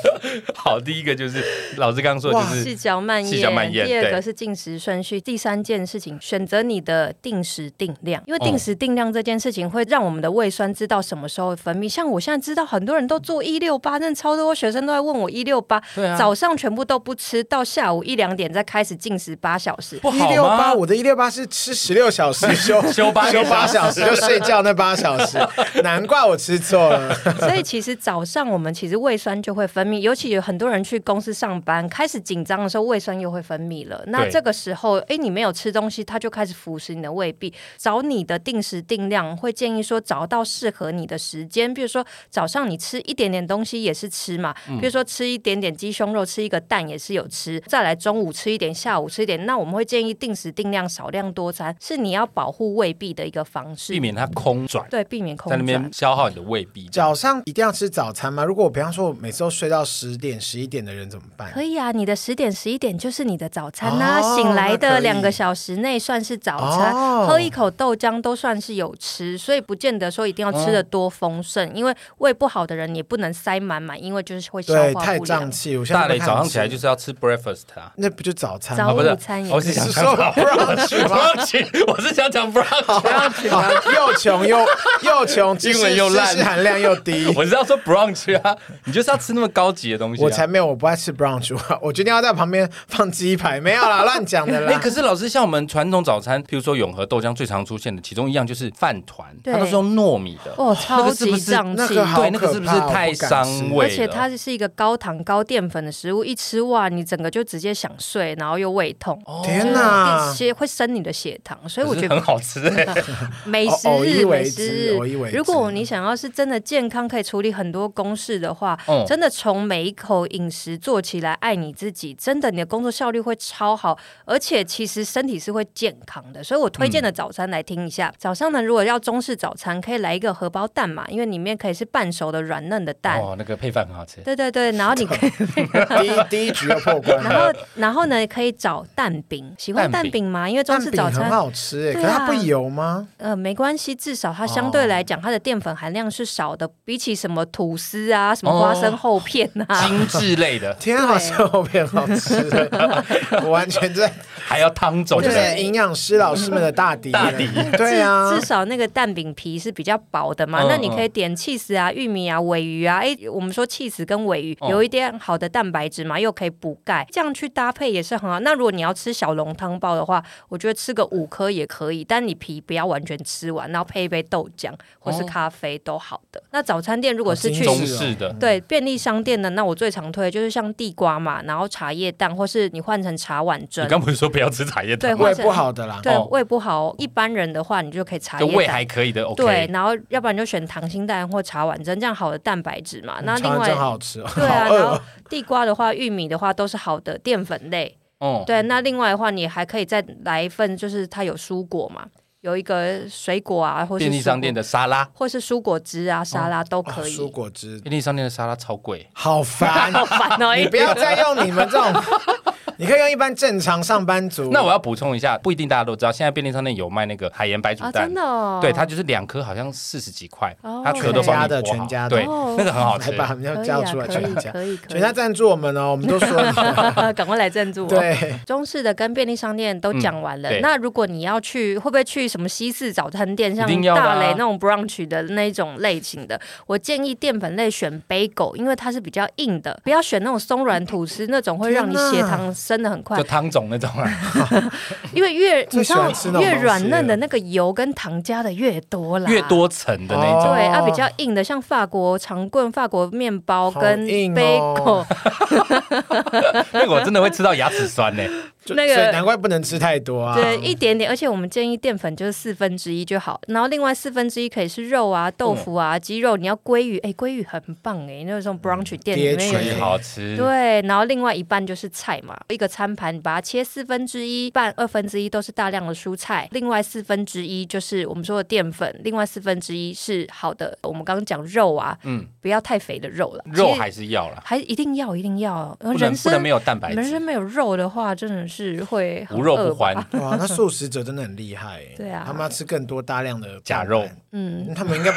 好，第一个就是老师刚刚说的就
细
是
嚼慢
细嚼
咽，
慢咽
第二
对
个是进食顺序，第三件事情选择你的定时定量，因为
哦
定时定量这件事情会让我们的胃酸知道什么时候分泌。像我现在知道很多人都做一六八，真的超多学生都在问我一六八
对啊，
早上全部都不吃，到下午一两点再开始进食八小时。
不
一
好
六八，
吗？
我的一六八是吃十六小时休
休八
休
个
八
小
小时就睡觉那八小 时，难怪我吃错了。
所以其实早上我们其实胃酸就会分泌，尤其有很多人去公司上班，开始紧张的时候，胃酸又会分泌了。那
对
这个时候，哎，你没有吃东西，它就开始腐蚀你的胃壁。找你的定时定量，会建议说找到适合你的时间，比如说早上你吃一点点东西也是吃嘛，
嗯
比如说吃一点点鸡胸肉，吃一个蛋也是有吃，再来中午吃一点，下午吃一点。那我们会建议定时定量，少量多餐，是你要保护胃壁的一个方式
避，免它空转，
对，避免空
在
转。
那边消耗你的胃壁。
早上一定要吃早餐吗？如果我比方说我每次都睡到十点、十一点的人怎么办？
可以啊，你的十点十一点就是你的早餐呐、
哦
醒来
那可
的
以
两个小时内算是早餐，
哦
喝一口豆浆都算是有吃，所以不见得说一定要吃的多丰盛，
嗯
因为胃不好的人也不能塞满满，因为就是会消
对，
化
太
不
胀
良。
气。我现在
大
都
磊
不太
早上
吃
起来就是要吃 breakfast 啊。
那不就早餐
早
啊，不
吗？
哦午
是
餐，也
我是
你
想
是
讲
说
brunch
brunch 吗？啊
brunch，我 是想讲 brunch，啊
又穷又又穷，知识
英文又烂
知识含量又低。
我是要说 brunch 啊，你就是要吃那么高级的东西、啊。
我才没有，我不爱吃 brunch，我我决定要在旁边放鸡排，没有啦，乱讲的
哎、
啦
可。是老师，像我们传统早餐，譬如说永和豆浆最常出现的其中一样就是饭团，
对
它都是用糯米的。
哦，
那
超
个是不
级
是
胀
那
气。
个好
对，那个是不是
可怕
太
我不敢
伤
吃
胃了？
而且它是一个高糖高淀粉的食物，一吃哇，你整个就直接想睡，然后又胃痛，
天
哦
哪！
血会升你的血糖，所以我
可
觉
是
得
很好吃、欸，
美食
哦偶偶一
日，
为
美
之
食日
偶一为之。
如果你想要是真的健康，可以处理很多公事的话，
哦
嗯
真的从每一口饮食做起来，爱你自己，真的你的工作效率会超好，而且其实身体是会健康的。所以我推荐的早餐来听一
嗯
下。早上呢，如果要中式早餐，可以来一个荷包蛋嘛，因为里面可以是半熟的软嫩的蛋。
哦，那个配饭很好吃。
对对对，然后 你可以，
第一第一局就破关
然
了。
后然后呢，可以找蛋饼，喜欢
蛋
蛋
饼
饼吗？因为中
蛋
式
饼
早餐
很好吃哎，可
对啊
是它不油吗？
呃，没关系，至少它相对来讲，它的淀粉含量是少的，比起什么吐司啊、什么花生厚片啊，
精致类的，
天啊，好像我变好吃 了，我完全在，
还要汤种
我就
的
是营养师老师们的大敌。
大敌，
对啊，
至至少那个蛋饼皮是比较薄的嘛。
嗯
那你可以点 cheese 啊、玉米啊、尾鱼啊，哎，我们说 cheese 跟尾鱼
哦
有一点好的蛋白质嘛，又可以补钙，这样去搭配也是很好。那如果你要吃小笼汤包的话，我觉得吃个五颗也可以，但你皮不要完全吃完，然后配一杯豆浆或是
哦
咖啡都好的。那早餐店如果是
好精
去
中式的。
对便利商店的，那我最常推的就是像地瓜嘛，然后茶叶蛋，或是你换成茶碗
你
蒸。
刚不是说不要吃茶叶蛋
对
吗？
胃不好的啦。
对
哦，
胃不好，一般人的话你就可以茶
就
叶
胃
蛋。
还可以的，OK。
对，然后要不然就选溏心蛋或茶碗蒸，这样好的蛋白质
嗯
嘛。那另
超
外
真，好吃哦，
对 啊，
好饿
然
哦
后地瓜的话、玉米的话都是好的淀粉类。
哦，
对，那另外的话，你还可以再来一份，就是它有蔬果嘛，有一个水果啊，或是
便利商店哦
的，
的沙拉，
或是蔬果汁啊、沙拉都可以。
蔬果汁
便利商店的沙拉超贵。
好烦，
好 烦哦！
你不要再用你们这 种，你可以用一般正常上班族。
那我要补充一下，不一定大家都知道，现在便利商店有卖那个海盐白煮
啊，
蛋
真，的、哦，
对，它就是两颗好像四十几块，
哦
它壳都帮你剥好
全家的全家的
对，
哦
那个很好
还
吃。
把他们要
可以
叫
啊，
出来
可以
全家，
可以，可
全
以
家赞助我们哦，我们都 说了
赶快来赞助我。
对。
中式的跟便利商店都讲完了，
嗯对
那如果你要去，会不会去什么西式早餐店，像
一定要的啊
大雷那种 brunch 的那种类型的？我建议淀粉类选 bagel，因为它是比较硬的，不要选那种松软吐司，那种会让你
天哪
血糖升的很快
就。汤种那种 啊，
因为越
最
你
喜
知
欢
道
吃那种
越
东西
软嫩的
了
那个油跟糖加的越多啦，
越多层的那种，
对，
哦
啊，比较硬的，像法国长棍、法国面包跟
好硬
bagel，、
哦
那个我真的会吃到牙齿酸呢。
就
那个
所以难怪不能吃太多啊。
对，一点点，而且我们建议淀粉就是四分之一就好，然后另外四分之一可以是肉啊、豆腐
嗯
啊、鸡肉，你要鲑鱼，哎，鲑鱼很棒哎，那种 brunch 店里
对
所
面
以
有。
嗯好吃。
对，然后另外一半就是菜嘛，一个餐盘，你把它切四分之一半、二分之一都是大量的蔬菜，另外四分之一就是我们说的淀粉，另外四分之一是好的，我们刚刚讲肉啊，
嗯，
不要太肥的肉了，
肉
其实
还是要啦，
还一定要一定要，
不能
人
不能
生
没有蛋白
人生
质，
没有肉的话，真的是会很
无肉
饿
不
吧
欢。
哇，那素食者真的很厉害。欸
对啊
他们要吃更多大量的
假肉
蛋
嗯，
白，他们应该不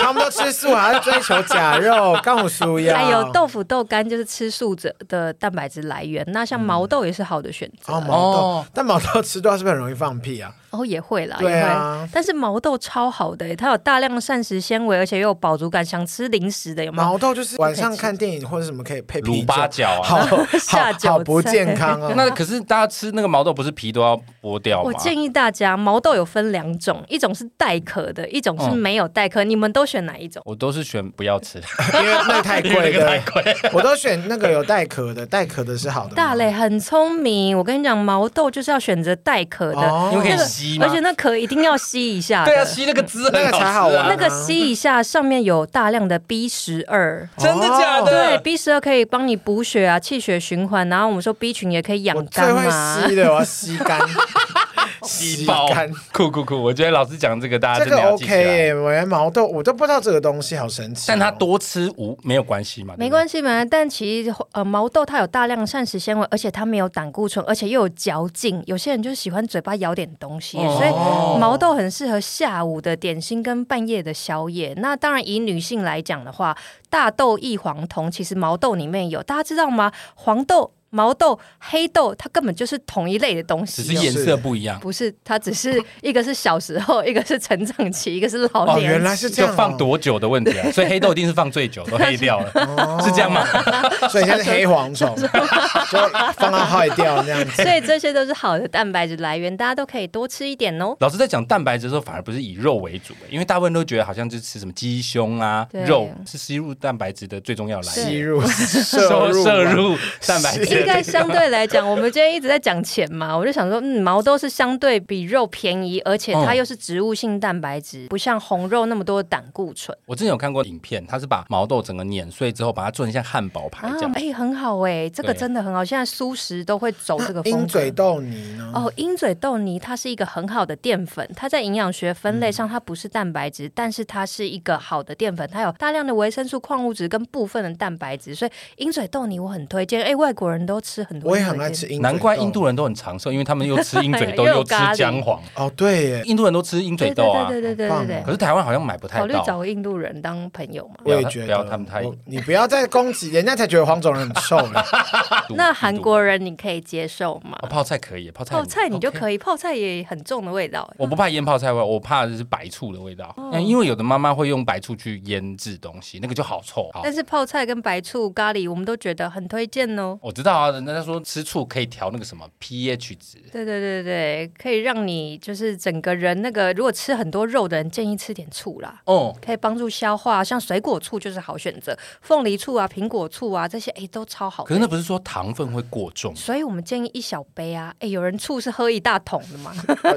他们都吃素，还要追求假肉，干我输呀。
还哎有豆腐、豆干就是吃素者的蛋白质来源。那像毛豆也是好的选
嗯哦，
择，然
毛
哦
豆，但毛豆吃多是不是很容易放屁啊？
后、也会啦，
对
也
啊
会。但是毛豆超好的、欸它有大量的膳食纤维，而且又有饱足感，想吃零食的有没有？
毛豆就是晚上看电影或者什么可以配啤
卤
酒，
八角 啊。
好好
下酒菜
好不健康 哦。
那可是大家吃那个毛豆，不是皮都要剥掉吗
我？建议大家，毛豆有分两种，一种是带壳的，一种是
嗯
没有带壳。你们都选哪一
哦
种？
我都是选不要吃，
因为那太
因为
贵
那个太
了，
贵。
我都选那个有带壳的，带壳的是好的吗。
大磊很聪明，我跟你讲，毛豆就是要选择带壳的，
哦
因为可以
那个
吸嘛
而，且那壳一定要吸 一下的。
对啊，吸那个汁很
那个才
好吃啊
好
那
玩
个吸一下，上面有大量的 B 十二。
真的假
哦对
的？
，B 十二可以帮你补血啊，气血循环，然后我们说 B 群也可以
我
养
最
肝啊
会
嘛。
吸的，我要吸 肝，
吸爆
肝。，
酷酷酷！我觉得老师讲这个，大家
这
真的
个
要记
OK
起来。
耶，我连毛豆我都不知道这个东西，好神奇哦。
但它多吃无没有关系嘛？
没关
系。
系嘛，但其实呃毛豆它有大量膳食纤维，而且它没有胆固醇，而且又有嚼劲。有些人就喜欢嘴巴咬点东西，
哦
所以毛豆很适合下午的点心跟半夜的宵夜。那当然，以女性来讲的话，大豆异黄酮其实毛豆里面有，大家知道吗？黄豆、毛豆、黑豆，它根本就是同一类的东西
只
哦，
是颜色不一样，
不是，它只是一个是小时候，一个是成长期，一个是老
哦，
年期。
原来是这
就
样哦，
放多久的问题 啊。所以黑豆一定是放最久，都黑掉了，
哦
是这样吗？
所以现在是黑蝗 虫，就放到坏掉这样子。
所以这些都是好的蛋白质来源，大家都可以多吃一点哦。
老师在讲蛋白质的时候，反而不是以肉为主、因为大部分都觉得好像就吃什么鸡胸啊
对，
肉是吸入蛋白质的最重要来
吸
源，
入摄 入
摄入啊蛋 白质
对
应该
的。
相对来讲，我们今天一直在讲钱嘛，我就想说，嗯，毛豆是相对比肉便宜，而且
哦
它
嗯
又是植物性蛋白质，不像红肉那么多的胆固醇
我之前有看过影片，它是把毛豆整个碾碎之后，把它做成像汉堡排
啊
这样。。
哎、很好哎、这个
对
真的很好。现在素食都会走这个风格。
啊鹰嘴豆泥呢？
哦，鹰嘴豆泥它是一个很好的淀粉，它在营养学分
嗯
类上它不是蛋白质，但是它是一个好的淀粉，它有大量的维生素、矿物质跟部分的蛋白质，所以鹰嘴豆泥我很推荐。哎，外国人都吃很多，
我也很爱吃。鹰嘴豆，
难怪印度人都很长寿，因为他们又吃鹰嘴 豆，啊
又有
又吃
咖喱
姜黄。
哦，对耶，
印度人都吃鹰嘴豆啊，
对对对对对
棒
对
可
对
是台湾好像买不太
考虑
到。
找个印度人当朋友嘛。
不
我
要
也
他
觉得
不要他们太
我你不要再攻击人家，才觉得黄种人很瘦 了。
毒
那
印度
韩国人你可以接受吗
哦？泡菜可以，泡菜
泡菜你就
OK
可以，泡菜也很重的味道。欸
我不怕腌泡菜味，我怕的是白醋的味道。
哦
嗯，因为有的妈妈会用白醋去腌制东西，那个就好臭。好
但，是泡菜跟白醋咖喱，我们都觉得很推荐哦。
我知道啊，人家说吃醋可以调那个什么 pH 值。
对对对对，可以让你就是整个人那个，如果吃很多肉的人，建议吃点醋啦。
哦，
可以帮助消化，像水果醋就是好选择，凤梨醋啊、苹果醋啊这些，哎，都超好的。
可是那不是说糖分会过重，
所以我们建议一小杯啊，哎，有人醋是喝一大桶的嘛，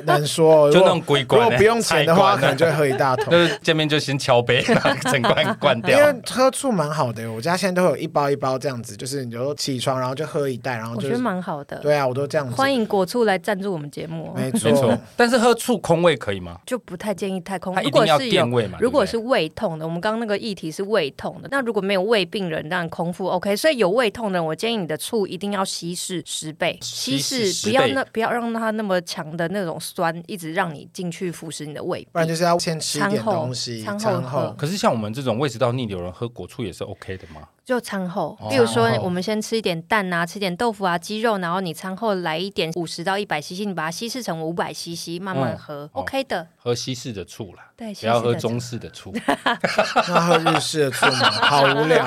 难说哦，
就
如
那
果
种鬼
如
管、
果
欸，
不用钱的话，可能就
就
会喝一 大桶。
就是见面就先敲杯， 然后整罐灌
因
掉。
为喝醋蛮好的，我家现在都有一包一包这样子，就是你就起床然后就喝一袋，然
哦
后
我
就
觉得
是
蛮好的。
对啊，我都这样子。
欢迎果醋来赞助我们节目哦，
没
没错
错，。
但是喝醋空胃可以吗？
就不太建议太空。
它一
嗯如果
定要
是有
垫胃嘛？
如果
对
是胃痛的，我们刚刚那个议题是胃痛的，那如果没有胃病人，当然空腹 OK。所以有胃痛的人，我建议你的醋一定要稀释十倍，
稀
稀
释
释
10
不要
倍
那不要让它那么强的那种酸一直让你进去腐蚀你的胃
不然
壁。
就是要先吃一点
餐后
东西，
餐后
餐
喝
不对可是像我们这种胃食道逆流人喝果醋也是 OK 的吗？
就餐后
哦，
比如说
餐后
我们先吃一点蛋啊，吃点豆腐啊、鸡肉，然后你餐后来一点五十到一百 CC，你把它稀释成五百 CC，慢慢
嗯
喝、
哦
OK 的。
喝西式的醋啦，
对，
不要喝
稀释的
中式的 醋。
那喝日式的醋吗？好无聊。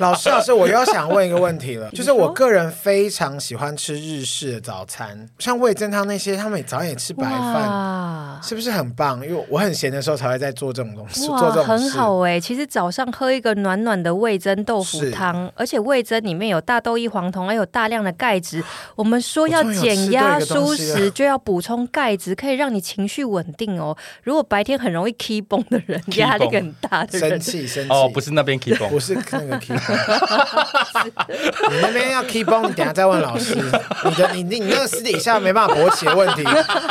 老师，老师，我又要想问一个问题了，就是我个人非常喜欢吃日式的早餐，像味噌汤那些，他们也早点吃白饭，
哇
是不是很棒？因为我很闲的时候才会在做这种东西，做
哇，
这种
很
事。
好哎、其实早上喝一个暖暖的味噌豆腐
是
汤，而且味噌里面有大豆异黄酮，还有大量的钙 质。我们说要
我终于有
减
吃
压
对一个东
舒
西了啊
适，就要补充钙质，可以让你情绪稳定哦。如果白天很容易 key 崩的 人，
key
压力
崩
很大的
生
人，
气，生气。
哦，不是那边 keep
不
on。
是那 个 key，你那边要 key 帮，你等一下再问老师。你的你你你那个私底下没办法勃起的问题，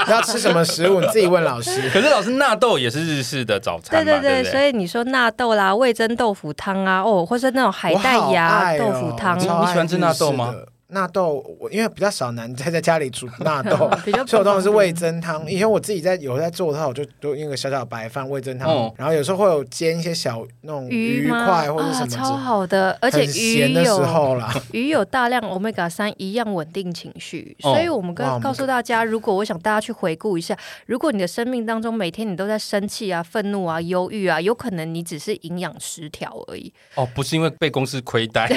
你要吃什么食物你自己问老师。
可是老师纳豆也是日式的早餐
对
嘛，
对
对
对，
不
所
对？
以你说纳豆啦、味噌豆腐汤啊，哦，或是那种海
我
带
好
芽
爱
豆
哦
腐
我
汤，，
超爱
你喜欢吃纳豆吗
日式的？纳豆，我因为比较少男在在家里煮纳豆
比较不
啊所以我通常是
方便
味噌汤。以前我自己在有在做的话，我就就用个小小的白饭味噌汤，
哦
然后有时候会有煎一些小那种
鱼
鱼
吗
块或者什
啊，
么之类
超好的，而且
很
鱼
闲的时
有
候啦，
鱼有大量 omega 三，一样稳定情绪。
哦
所以我们
哇
告
我们
告诉大家，如果我想大家去回顾一下，如果你的生命当中每天你都在生气啊、愤怒啊、忧郁啊，有可能你只是营养失调而已，
哦，不是因为被公司亏待，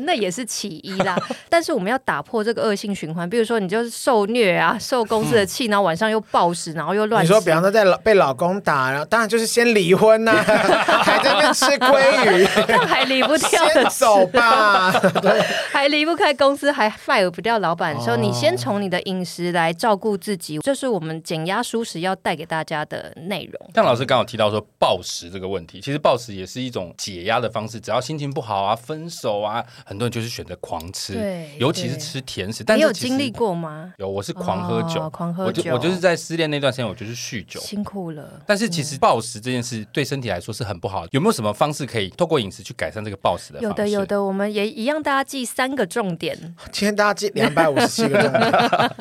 那也是其一 啦。但是我们要打破这个恶性循环，比如说你就是受虐啊、受公司的气，然后晚上又暴食，然后又乱
你
吃。
说，比方说在老被老公打，然后当然就是先离婚呐、还在那边吃鲑鱼，
但还离不掉的
先
是
走吧。
还离不开公司，还 fire 不掉老板的时候，
哦
你先从你的饮食来照顾自己，这是我们减压舒适要带给大家的内容。
像老师刚好提到说暴食这个问题，其实暴食也是一种解压的方式。只要心情不好啊、分手啊，很多人就是选择狂吃，
对
尤其是
对
吃甜食。但
你
是
有
其实
经历过吗？
有，我是狂喝酒，
哦狂喝
我
酒
就我就是在失恋那段时间，我就是酗酒。
辛苦了。
但是其实暴食这件事对身体来说是很不好的，有没有什么方式可以透过饮食去改善这个暴食的方式？
有的有。的，我们也一样，大家记三个重点，
今天大家记两百五十七个钟头，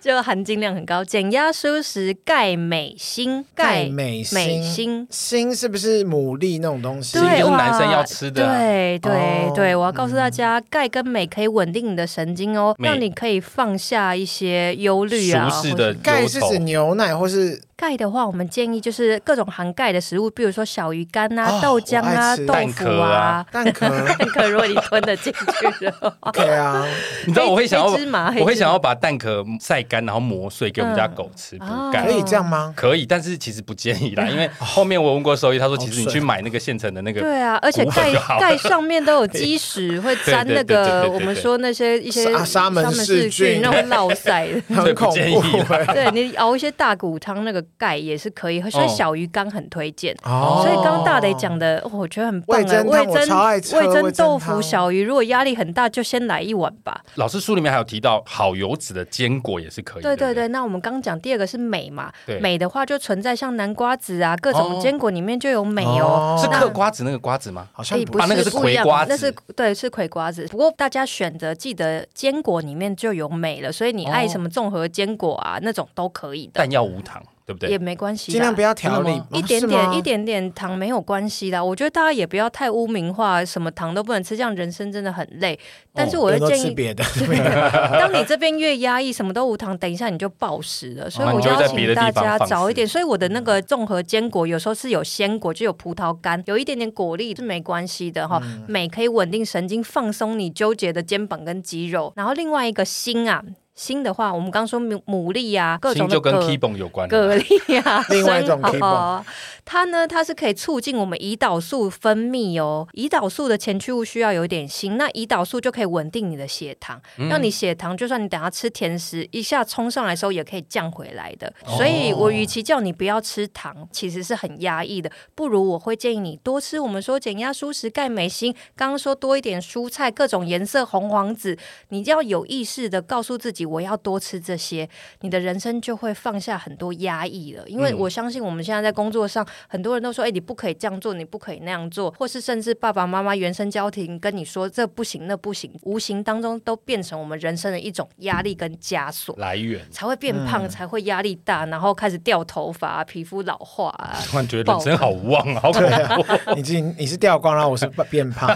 就含金量很高，减压、舒适、钙、镁、锌、
钙、镁、
镁、
锌、
锌。
锌是不是牡蛎那种东西？
锌
对，
就是
哇
男生要吃的啊嗯
对对
哦
对，我要告诉大家，钙跟镁可以稳定你的神经哦，
镁
让你可以放下一些忧虑啊。
熟
或
识的
是
钙是指牛奶或是
钙的话，我们建议就是各种含钙的食物，比如说小鱼干啊、
哦
豆浆
我
啊、
爱吃
豆
蛋
腐
壳啊
啊。
蛋 壳
蛋壳，如果你吞得进去的话，
？OK 啊，
你知道我会想要，
黑芝麻黑芝麻
我会想要把蛋壳晒干，然后磨碎给我们家狗吃补
嗯
钙。
可以这样吗？
可以，但是其实不建 议啦，因为后面我问过兽医，他
哦
说
好
其实你
蠢
去买那个现成的那个，
对啊，而且
骨粉
钙
就好了
钙上面都有基石，会沾那
对对对对对
个
对
我们说那些一些
沙沙门氏菌。
那种落塞的
很恐
这不建议
怖、欸。
对你熬一些大骨汤，那个钙也是可以，
哦
所以小鱼干很推荐。
哦
所以刚刚大雷讲的，哦我觉得很棒
味噌
哎，
汤
味
我超爱
噌
吃
味
味
噌
噌
豆腐
汤
小鱼，如果压力很大，就先来一碗吧。
老师书里面还有提到好油脂的坚果也是可以的。
对对
不
对，那我们刚讲第二个是镁嘛
对，
镁的话就存在像南瓜子啊，各种
哦
坚果里面就有镁哦。
是
那
嗑瓜子那个瓜子吗？
好像
哎，
不
不
啊那个是
不一样
葵瓜子
那是对，是葵瓜子。不过大家选择记得坚果里面就有镁了，所以你爱
哦
什么综合坚果啊、那种都可以的，
但要无糖，对不
呃也
对？
没关系啦。
尽量不要调
真
理
的吗，
哦
一点
是
点
吗
一点点糖没有关系啦，我觉得大家也不要太污名化，什么糖都不能吃，这样人生真的很累。但
哦
是我
有
会
人都
建
吃
议，
别的，，
当你这边越压抑，什么都无糖，等一下你就暴食了。所以
哦
我
你就
邀
在别
请
的地
大
方
家
放
早
肆
一
嗯
点。所以我的那个综合坚果有时候是有鲜果，就有葡萄干，有一点点果粒是没关系的哈。
嗯
镁可以稳定神经，放松你纠结的肩膀跟肌肉。然后另外一个锌啊。锌的话，我们刚说牡牡蛎啊，各种
锌
的
就跟
蛤
T 本有关了
蛤蜊啊
另外一种
生蚝
T-bone
啊它呢，它是可以促进我们胰岛素分泌哦。胰岛素的前驱物需要有一点锌，那胰岛素就可以稳定你的血糖，
嗯
让你血糖就算你等下吃甜食一下冲上来的时候，也可以降回来的。
哦
所以我与其叫你不要吃糖，其实是很压抑的，不如我会建议你多吃我们说减压蔬食钙镁锌，刚刚说多一点蔬菜，各种颜色红黄紫，你要有意识的告诉自己我要多吃这些，你的人生就会放下很多压抑了。因为我相信我们现在在工作上，很多人都说：“哎、你不可以这样做，你不可以那样做。”或是甚至爸爸妈妈原生家庭跟你说这不行那不行，无形当中都变成我们人生的一种压力跟枷锁。
来源。
才会变胖，才会压力大，然后开始掉头发、皮肤老化、啊。
突然觉得人生好无望啊，好恐怖。
你今你是掉光，然后我是变胖，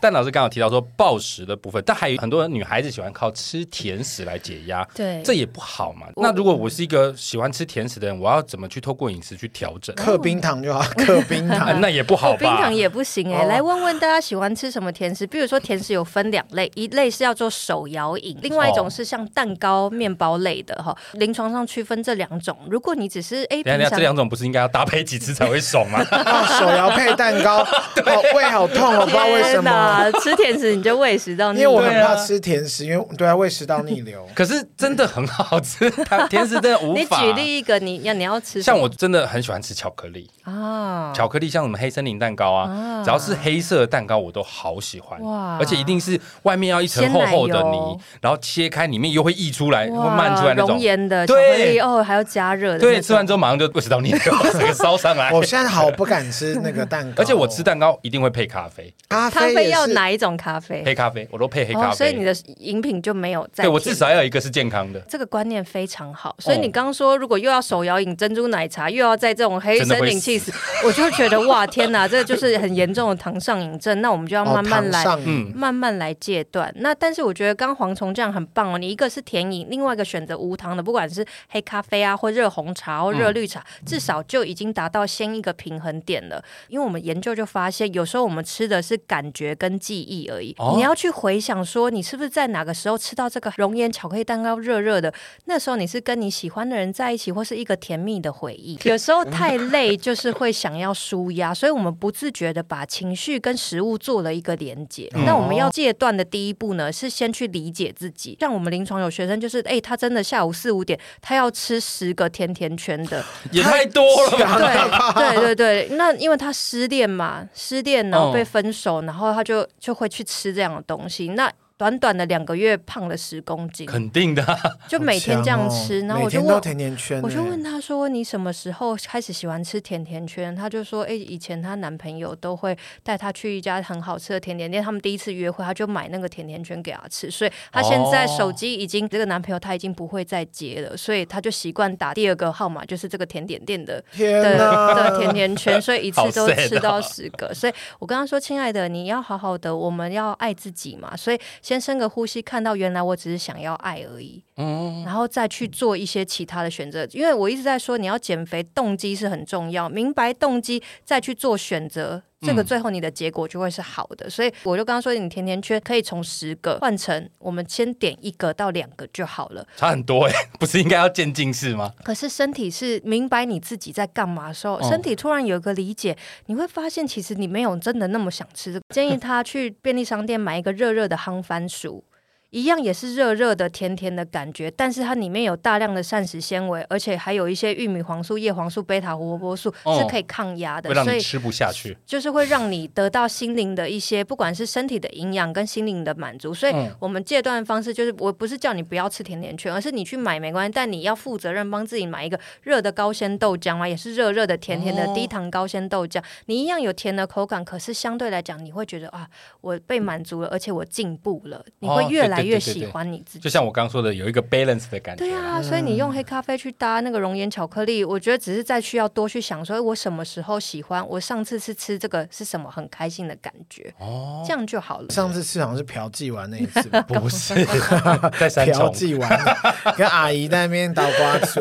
但老师刚好提到说暴食的部分，但还有很多女孩子喜欢靠吃甜食来解压，
对
这也不好嘛。
我
那如果我是一个喜欢吃甜食的人，我要怎么去透过饮食去调整？
克冰糖 就好，克冰
啊
哦
糖。
那也不好
冰
吧
糖？也不行哎、
哦
来问问大家喜欢吃什么甜食？比如说甜食有分两类，一类是要做手摇饮，另外一种是像蛋糕、面包类的哈。临床上区分这两种，如果你只是哎、
哦 等一下，等一
平
下，这两
常。
种不是应该要搭配几次才会爽 吗？
啊，手摇配蛋糕，哦，胃好痛哦，我不知道为什么，
哪，哎吃甜食你啊就胃食道逆
因为我很
流。
怕吃甜食，因为对啊，胃食道逆 流。
可是真的很好吃，它甜食真的无
你
法。
举例一个，你要你要吃什
像
么
我真的很喜欢吃巧克力，
啊，
巧克力像什么黑森林蛋糕啊，
啊
只要是黑色的蛋糕我都好喜欢，
哇
而且一定是外面要一层
鲜
厚
奶
厚的泥
油，
然后切开里面又会溢出来，哎会
哇，
漫出来那种
熔。岩的巧
对
克力哦，还要加热的那种。哦
对，吃完之后马上就胃食道逆流， 整个烧上来。
我现在好不敢吃那个蛋糕，
而且我吃蛋糕一定会配咖啡，
咖
咖
啡
啡
也
要
是，
哪一种咖啡？
黑咖啡我都配黑咖
哦，所以你
啡。
的饮品就没有在
对我
甜
至少要有一个是健康的，
这个观念非常好，所以你刚刚说，如果又要手摇饮珍珠奶茶，又要在这种黑森林气死，我就觉得哇，天哪，这个就是很严重的糖上瘾症。那我们就要
哦，
慢慢
糖
来，
上
嗯，
慢慢来戒断。那但是我觉得刚刚蝗虫这样很棒哦，你一个是甜饮，另外一个选择无糖的，不管是黑咖啡啊，或热红茶或
嗯
热绿茶，至少就已经达到先一个平衡点了。因为我们研究就发现，有时候我们吃的是感觉跟记忆而已，
哦
你要去回想说你是不是在哪个时候吃到这个熔岩巧克力蛋糕热热的，那时候你是跟你喜欢的人在一起，或是一个甜蜜的回忆。有时候太累，就是会想要舒压，所以我们不自觉的把情绪跟食物做了一个连接。
嗯
那我们要戒断的第一步呢，是先去理解自己。像我们临床有学生就是，哎、他真的下午四五点，他要吃十个甜甜圈 的，
也太多 了吧。
对对对对，那因为他失恋嘛，失恋然后
嗯
被分手，然后他就就会去吃这样的东西。那短短的两个月胖了十公斤，
肯定的啊、
就每天这样吃，
好强哦
然后
每
我就
天都
问。
甜甜圈，欸
我就问，他说：“你什么时候开始喜欢吃甜甜圈？”他就说：“哎、以前她男朋友都会带她去一家很好吃的甜点店，他们第一次约会，他就买那个甜甜圈给她吃。所以她现在手机已经、这个男朋友他已经不会再接了，所以她就习惯打第二个号码，就是这个甜点店的
天
的的
哪，
甜甜圈，所以一
好
次都
sad
吃
哦
到十个。所以我刚刚说，亲爱的，你要好好的，我们要爱自己嘛。所以先深个呼吸，看到原来我只是想要爱而已，嗯，然后再去做一些其他的选择。因为我一直在说，你要减肥，动机是很重要，明白动机再去做选择。这
嗯
个最后你的结果就会是好的，所以我就刚刚说，你甜甜圈可以从十个换成我们先点一个到两个就好了。
差很多哎、 不是应该要渐进式吗？
可是身体是明白你自己在干嘛的时候，
嗯
身体突然有一个理解，你会发现其实你没有真的那么想吃这个。建议他去便利商店买一个热热的夯番薯。一样也是热热的、甜甜的感觉，但是它里面有大量的膳食纤维，而且还有一些玉米黄素、叶黄素、贝塔胡萝卜素、
哦
是可以抗压的
会，让
所
你
以
吃不下去。
就是会让你得到心灵的一些，不管是身体的营养跟心灵的满足。所以
嗯
我们戒断的方式就是，我不是叫你不要吃甜甜圈，而是你去买没关系，但你要负责任，帮自己买一个热的高纤豆浆啊，也是热热的、甜甜的、
哦
低糖高纤豆浆，你一样有甜的口感，可是相对来讲，你会觉得啊，我被满足了，而且我进步了，你会越来越喜欢你自己。
就像我刚说的，有一个 balance 的感觉。。
对啊，所以你用黑咖啡去搭那个熔岩巧克力，我觉得只是再需要多去想说，哎我什么时候喜欢，我上次是吃这个是什么很开心的感觉，哦，这样就好了。
上次吃好像是嫖妓完那一次 吧
不是 在三
嫖
重。
妓完， 跟阿姨在那边倒瓜出，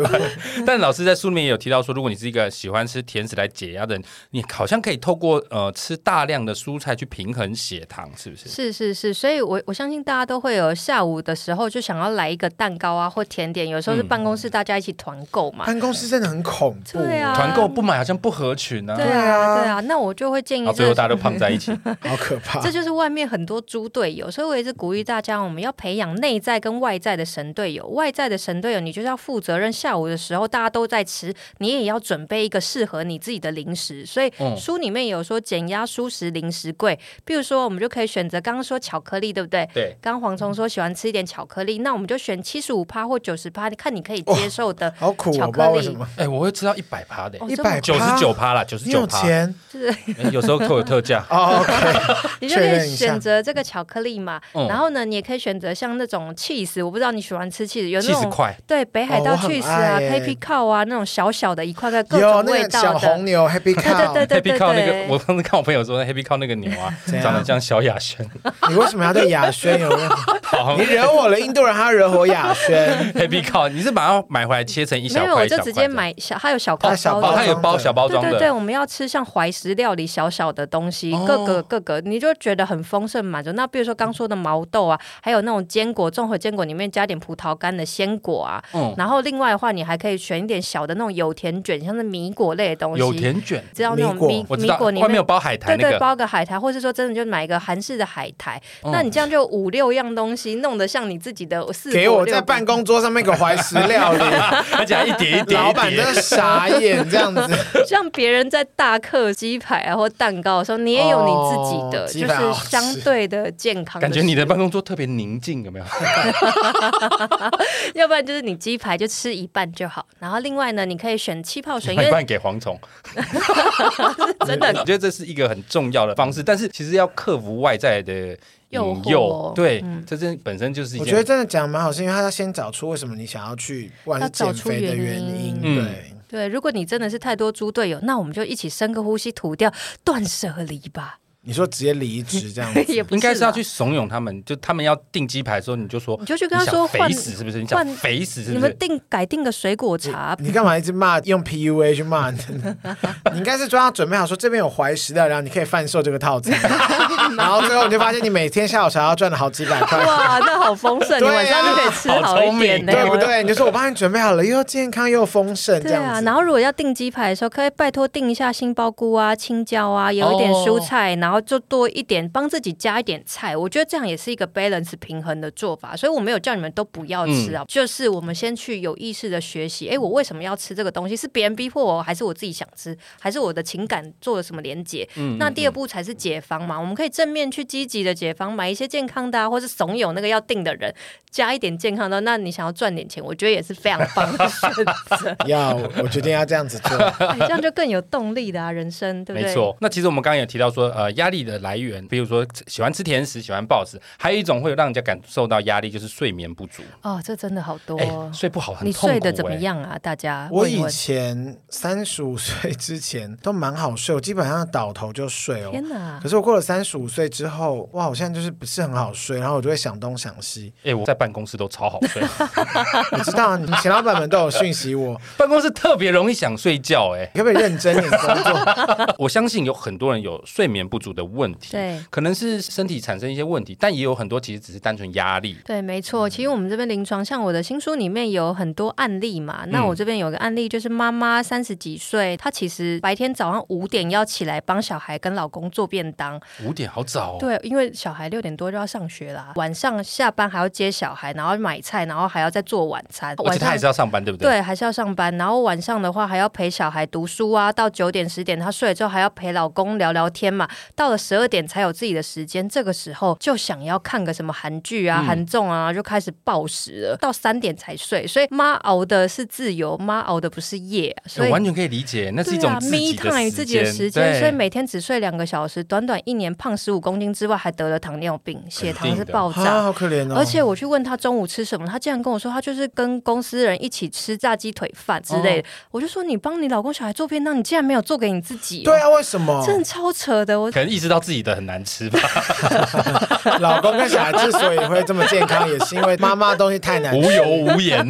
但老师在书里面也有提到说，如果你是一个喜欢吃甜食来解压的人，你好像可以透过呃吃大量的蔬菜去平衡血糖，是不是？
是是是，所以我我相信大家都会有有下午的时候就想要来一个蛋糕啊或甜点，有时候是
嗯
办公室大家一起团购嘛。
办公室真的很恐怖。
对啊，
团购不买好像不合群啊，
对
对
啊，
啊
对啊，那我就会建
然
议
后最后
这
大家都胖在一起。
好可怕
这！就是外面很多猪队友，所以我一直鼓励大家，我们要培养内在跟外在的神队友。外在的神队友，你就是要负责任。下午的时候大家都在吃，你也要准备一个适合你自己的零食。所以
嗯
书里面有说减压舒适零食柜，比如说我们就可以选择刚刚说巧克力，对不对？
对，
刚刚黄虫说喜欢吃一点巧克力，那我们就选七十五趴或九十趴，你看你可以接受的。
好苦，
巧
我不
克力
知道为什么。
哎，我会吃到一百趴的欸
哦，
一
这么
百
九十九趴啦，九十
你
九
有
趴，
钱。
哎有时候会有特价
哦？OK，
你就可
确
以
认一下
选择这个巧克力嘛，
嗯
然后呢，你也可以选择像那种 cheese，我不知道你喜欢吃 cheese，有那
七十
种
块，
对北海
哦
道
我很
cheese 啊、
爱
p
欸
a p r i c o 啊那种小小的一块块各
有
种
那
味
个小
道
红
的，
牛 Happy
对对
Cow，
对对
Happy
对
Cow 那
对
个，我上次看我朋友说那 Happy Cow 那个牛啊，
怎样
长得像小雅轩，
你为什么要对雅轩有问题？
好
你惹我了印度人，他惹我雅 轩。
Happy Cow，你是把它买回来切成一小
没
块，
有我就
一小块这
直接
样。
买小，它有小包
它小
包
哦，
的。
它有包小包
对
装
对
的，
对，我们要吃像怀石料理小小的东西，
哦
各个各个，你就觉得很丰盛满足。那比如说刚说的毛豆啊，还有那种坚果，综合坚果里面加点葡萄干的鲜果啊。
嗯，
然后另外的话，你还可以选一点小的那种有甜卷，像是米果类的东西。
有甜卷，
只要那种
米果
米
我知
嗯米
道，
果
外
里
面有包海苔
对
那
对，
个，
包个海苔，或是说真的就买一个韩式的海苔，
嗯
那你这样就五六样东西，弄得像你自己的四
给
果
我
六
在
果
办公桌上面给我怀石料 理，
而且还一叠一叠
老
一
板真
叠。
的傻眼这样子。
像别人在大客鸡排啊或蛋糕的时候，你也有你自己的，
哦鸡
就
排好吃
是相对的健康
感觉你的
食物
办公桌特别宁静，有没有？
要不然就是你鸡排就吃一半就好，然后另外呢，你可以选气泡水，因
一
为
半给蝗 虫，
真
我
的
觉得这是一个很重要的方式，但是其实要克服外在的
诱惑
引诱，对
嗯，
这真本身就是一
我觉得
件。
真的讲得蛮好，是因为他要先找出为什么你想要去，不管是减肥的原因，
嗯
对。
对。如果你真的是太多猪队友，那我们就一起深个呼吸，吐掉，断舍离吧。
你说直接离职这样 子，
也 不
应该
是
是要
啦
去怂恿他们，就他们要订鸡排的时候，你就说，
你就去跟他
你想
说
肥
换
死是不是？你想
换
肥死是
你
不
们
是？
定改定个水果茶，
你干嘛一直骂用 PUA 去骂 你？你应该是说要准备好说这边有怀石料理，然后你可以贩售这个套 餐，然后最后你就发现你每天下午茶要赚了好几百 块。
哇，那好丰盛，你
对啊
晚上就可以吃
好
一
聪
点
明
呢，
对不对？你就说我帮你准备好了，又健康又丰盛这
对
样
啊，
子。
然后如果要订鸡排的时候，可以拜托订一下杏鲍菇啊、青椒啊，有一点蔬菜，
哦
然后就多一点，帮自己加一点菜。我觉得这样也是一个 balance 平衡的做法。所以我没有叫你们都不要吃
嗯
啊，就是我们先去有意识的学习。哎诶，我为什么要吃这个东西？是别人逼迫我，还是我自己想吃，还是我的情感做了什么连结？
嗯
那第二步才是解方嘛，我们可以正面去积极的解方，买一些健康的啊，或是怂恿那个要订的人加一点健康的。那你想要赚点钱，我觉得也是非常棒的选择。
要我决定要这样子 做，
哎，这样就更有动力的啊，人生对不
没
对？
错。那其实我们刚刚有提到说，呃，压力的来源，比如说喜欢吃甜食、喜欢暴食，还有一种会让人家感受到压力，就是睡眠不足。
哦，这真的好多
哎、
哦。
睡不好很
你
痛苦、欸。
睡得怎么？样啊？大家
我
问一
以
问。
前三十五岁之前都蛮好睡，我基本上倒头就睡哦。
天哪
可！是我过了三十五岁之后，哇，我现在就是不是很好睡，然后我就会想东想西。
哎、我在办公室都超好睡，
我知道啊你前老板们都有讯息我，
办公室特别容易想睡觉、哎，
你可不可以认真一点工作？
我相信有很多人有睡眠不足的问题，
对
可能是身体产生一些问题，但也有很多其实只是单纯压力。
对，没
嗯
错。其实我们这边临床，像我的新书里面有很多案例嘛。那
嗯
我这边有个案例，就是妈妈三十几岁，她其实白天早上五点要起来帮小孩跟老公做便当，
五点好早哦，
对，因为小孩六点多就要上学啦，晚上下班还要接小孩，然后买菜，然后还要再做晚餐，
哦而
晚
且他
上
还是要上班，对不对？
对，还是要上班。然后晚上的话还要陪小孩读书啊，到九点十点他睡了之后还要陪老公聊聊天嘛。到了十二点才有自己的时间，这个时候就想要看个什么韩剧啊、
嗯
韩综啊，就开始暴食了。到三点才睡，所以妈熬的是自由，妈熬的不是夜啊、所
我
以
哦完全可以理解，那是一
对
种
啊
自
，me
己的
time 自己的时间，
对
所以每天只睡两个小时，短短一年胖十五公斤之外，还得了糖尿病，血
肯
糖
定
是
的
爆炸
啊，。好可怜哦。
而且我去问他中午吃什么，他竟然跟我说他就是跟公司人一起吃炸鸡腿饭之类的。我就说你帮你老公小孩做便当，你竟然没有做给你自己、
对，啊，为什么
真的超扯 的。我
可能意识到自己的很难吃 吧，
老公跟小孩之所以会这么健康，也是因为妈妈的东西太难
无
吃。
油无盐。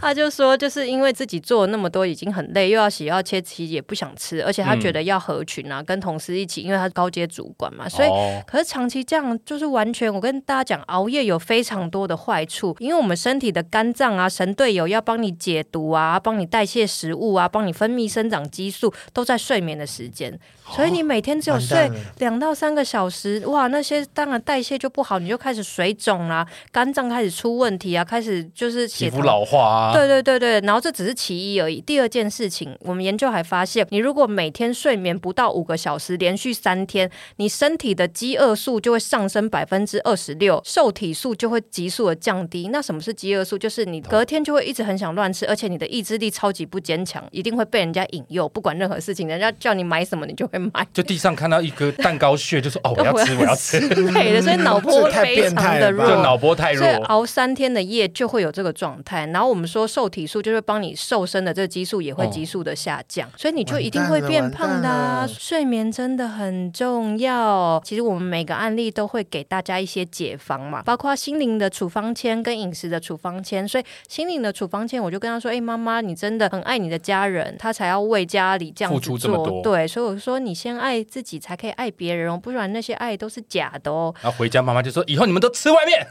他就说，就是因为自己做了那么多，已经很累，又要洗又要切，其实也不想吃，而且他觉得要合群啊，跟同事一起，因为他是高阶主管嘛， 所以
哦
可是长期这样，就是完全，我跟大家讲，熬夜有非常多的坏处，因为我们身体的肝脏啊、神队友要帮你解毒啊、帮你代谢食物啊、帮你分泌生长激素，都在睡眠的时间，所以你每天只
哦
有
完
睡
蛋了
两到三个小时，哇，那些当然代谢就不好，你就开始水肿啦、肝脏开始出问题啊，开始就是血
皮
糖
肤老化啊，
对对对对，然后这只是其一而已。第二件事情，我们研究还发现，你如果每天睡眠不到五个小时，连续三天，你身体的饥饿素就会上升百分之二十六，受体素就会急速的降低。那什么是饥饿素？就是你隔天就会一直很想乱吃，而且你的意志力超级不坚强，一定会被人家引诱，不管任何事情，人家叫你买什么，你就会买。
就地上看到一颗蛋糕屑，就说 哦，我要吃，我要吃，
之类的，所以脑波
这太
非
变
常
态
的
了吧
弱，
就脑波太弱
所以。哦熬三天的夜就会有这个状态。然后我们说瘦体素就是帮你瘦身的这个激素也会急速的下降，
哦
所以你就一定会变胖的、
完蛋了完
啊。
蛋了
睡眠真的很重要。其实我们每个案例都会给大家一些解方嘛，包括心灵的处方签跟饮食的处方签。所以心灵的处方签，我就跟他说：“哎、妈妈，你真的很爱你的家人，他才要为家里这样
付
子
出这么多
做。对，所以我说你先爱自己，才可以爱别人哦，不然那些爱都是假的哦。”
然后回家妈妈就说以后你们都吃外面，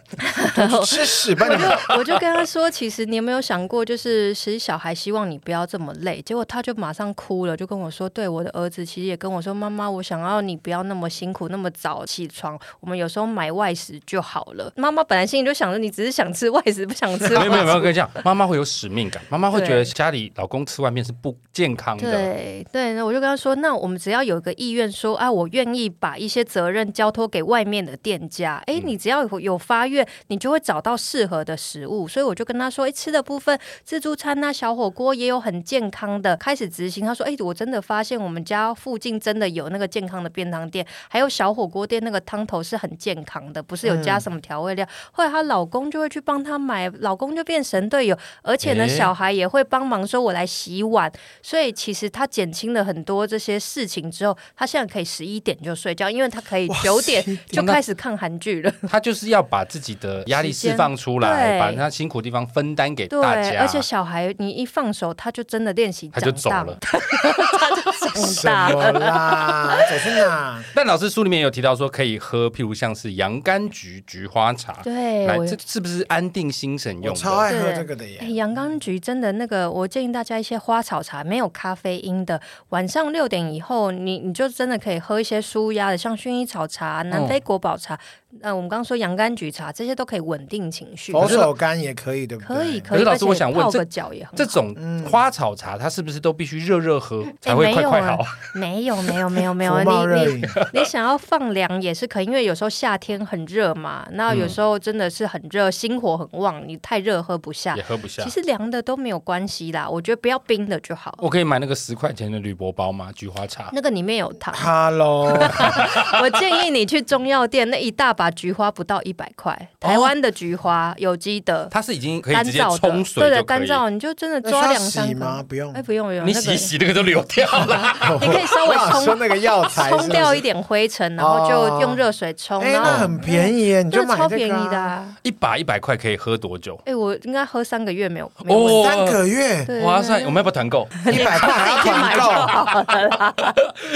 吃屎吧你们！
我就跟他说，其实你有没有想过，就是其实小孩希望你不要这么累，结果他就马上哭了，就跟我说，对我的儿子其实也跟我说，妈妈，我想要你不要那么辛苦，那么早起床，我们有时候买外食就好了。妈妈本来心里就想着，你只是想吃外食，不想吃
没有没有没有，
外食。
跟你讲，妈妈会有使命感，妈妈会觉得
对
家里老公吃外面是不健康的。
对对，那我就跟他说，那我们只要有一个意愿说，啊，我愿意把一些责任交托给外面的店家，
嗯
诶，你只要有有发愿，你就会找到适合的食物。所以我就跟他说，诶，吃的部分自助餐啊、小火锅也有很健康的，开始执行。他说，诶，我真的发现我们家附近真的有那个健康的便当店，还有小火锅店那个汤头是很健康的，不是有
嗯
加什么调味料。后来她老公就会去帮她买，老公就变神队友，而且呢，
诶
小孩也会帮忙说，我来洗碗。所以其实她减轻了很多这些事情之后，她现在可以十一点就睡觉，因为她可以九点就开始看韩剧了。
她就是要把自己的压力
时间
释放出来，
对
把她辛苦的地方分担给
对
大，家
而。且小孩你一放手，他就真的练习
她
长
就走
大
了，。
他就长
什
大了。
么 啦？走去哪？
但老师书里面有提到说，可以喝，譬如像是洋甘菊、菊花茶，
对，
来，
我
这是不是安定心神
我
用
超
的？
爱喝这个的耶
哎，！阳刚菊真的那个，我建议大家一些花草茶，没有咖啡因的。晚上六点以后，你你就真的可以喝一些舒压的，像薰衣草茶、
嗯
南非国宝茶。呃，我们刚刚说洋甘菊茶，这些都可以稳定情绪。
哦
佛手柑也可以，对不对？
可以，
可
可
是
以，
老
而
师
且
我想问
泡
这
个脚也很好。
这种
嗯
花草茶，它是不是都必须热热喝才会
哎
快快好？
没有没有没有没有
福
没
茂
有，
热
你你
饮，
你想要放凉也是可以，因为有时候夏天很热嘛，那有时候真的是很热，心火很旺，你太热喝不下
也。喝不下
其。实凉的都没有关系啦，我觉得不要冰的就好。
我可以买那个十块钱的铝箔包吗？菊花茶。
那个里面有糖，
Hello，
我建议你去中药店那一大把菊花不到一百块，台湾的菊花有机的，
它是已哦经可以
干
直接
燥
冲
的，
水就可
对的，
以。
干燥你就真的
那
抓
需要
两三
洗
个
吗不用
哎，不用不用，
你
那
洗
个
一洗那个都流掉 了。
你可以稍微
我想说
冲
那个药材是不是
冲掉一点灰尘，然后就用热水冲，
哎，
然
那
后
很便宜耶，你就
那
买
超
这
便宜
个啊
的啊。
一把一百块可以喝多久？
哎，我应该喝三个月没有没有
哦
问题。
三个 月
对
哇塞，我们要不要团购？
一百块还要
去买
团
就
购，
好了啦。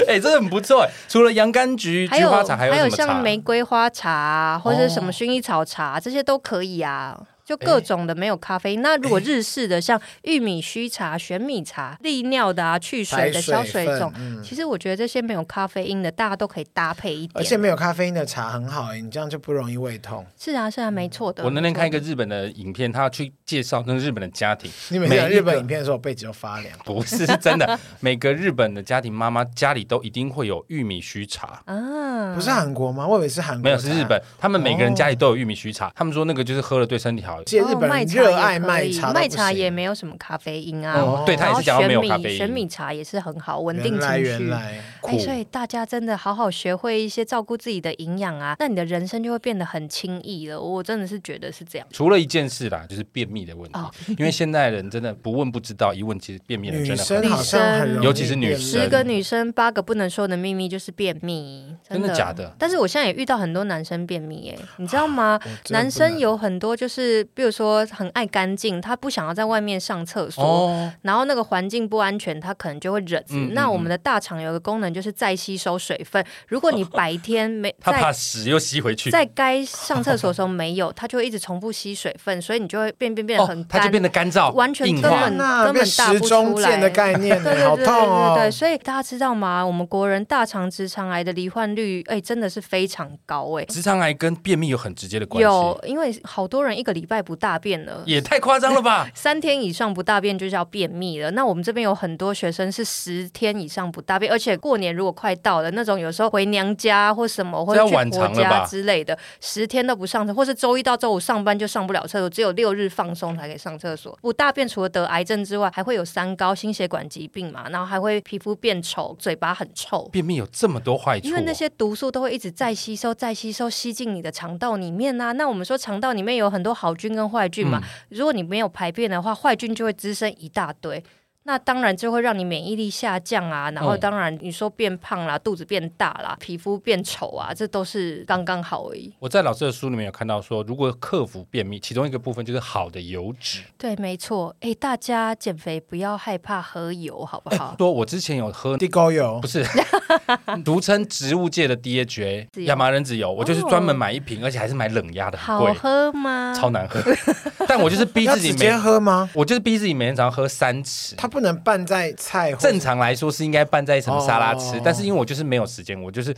哎、真的很不错哎。除了洋甘菊、
还
菊
有
花茶，还有
还
什
有
么茶
像？玫瑰花茶啊或者什么薰衣草茶，这些都可以啊。就各种的没有咖啡因。那如果日式的，像玉米须茶、玄米茶、利尿的啊、去水的、消水
哎
分
肿，
嗯
其实我觉得这些没有咖啡因的，大家都可以搭配一
而且
点。
没有咖啡因的茶很好耶，你这样就不容易胃痛。
是啊，是啊，没错的。
我那天看一
没
个日本的影片，他要去介绍那个日本的家庭，
你每次
每
讲
一个
日本影片的时候，我背脊都发凉。
嗯
不是是真 的。每个日本的家庭妈妈家里都一定会有玉米须茶，
错的啊，
不是韩国吗？我以为是韩国，
没有是
哦
日。本，他们每个人家里都有玉米须茶。他们说那个就是喝了对身体好。
借日
哦
本
麦
人
茶
热爱
也可
麦
以
茶，
麦茶也。没有什么咖啡因啊。
哦，对他也
然后
是讲到
玄
没有
米
咖啡
玄
因
米。茶也是很好，稳定
原来
情
原
绪。
来，
哎，
酷
所以大家真的好好学会一些照顾自己的营养啊，那你的人生就会变得很轻易了。我真的是觉得是这样。
除了一件事啦，就是便秘的问题
哦，
因为现在人真的不问不知道，一问其实便秘的人
女
真的
生
很
好
少。
像很容易
尤其是女
变
生
十
冷
个女生八个不能说的秘密就是便秘，真
真的假的
但是我现在也遇到很多男生便秘、哎，你知道吗？
我真的不
男生
能
有很多就是比如说很爱干净，他不想要在外面上厕所，
哦，
然后那个环境不安全，它可能就会忍住。
嗯嗯
那我们的大肠有个功能就是再吸收水分，如果你白天没
他怕
在
屎又吸回去，
在该上厕所的时候没有，它就会一直重复吸水 分，所以你就会变变变得很
哦，他
干。
就变得干燥，
完全
硬
根
化
本
那
根本
变
大
时
不
钟
出来
键的概念
对
呢，好
对对对
痛
对
哦
对，！所以大家知道吗？我们国人大肠直肠癌的罹患率，哎、真的是非常高哎、
直肠癌跟便秘有很直接的关系，
有，因为好多人一个礼拜不大便了，
也太夸张了 吧？
三天以上不大便就叫便秘了。那我们这边有很多学生是十天以上不大便，而且过年如果快到了，那种有时候回娘家或什么，或
这
者
要
去
晚
婆
长了吧
家之类的，十天都不上厕，或是周一到周五上班就上不了厕所，只有六日放松才可以上厕所。不大便除了得癌症之外，还会有三高、心血管疾病嘛，然后还会皮肤变丑、嘴巴很臭。
便秘有这么多坏处哦，
因为那些毒素都会一直再吸收、再吸收，吸进你的肠道里面呐、那我们说肠道里面有很多好菌跟坏菌嘛，
嗯
如果你没有排便的话，坏菌就会滋生一大堆。那当然就会让你免疫力下降啊，然后
嗯
当然你说变胖啦、肚子变大啦、皮肤变丑啊，这都是刚刚好而已。
我在老师的书里面有看到说，如果克服便秘，其中一个部分就是好的油脂。
对，没错。诶，大家减肥不要害怕喝油，好不 好？
说我之前有喝
地沟油
不 是俗称植物界的 DHA
自由
亚麻仁籽油，我就是专门买一瓶，而且还是买冷压的，很
哦好
贵，
喝吗？
超难喝。 但我就是逼
要
自己
直
每
接，喝吗？
我就是逼自己每天早上喝三匙。
它不能拌在菜或
正常来说是应该拌在什么沙拉吃
哦，
但是因为我就是没有时间，我就是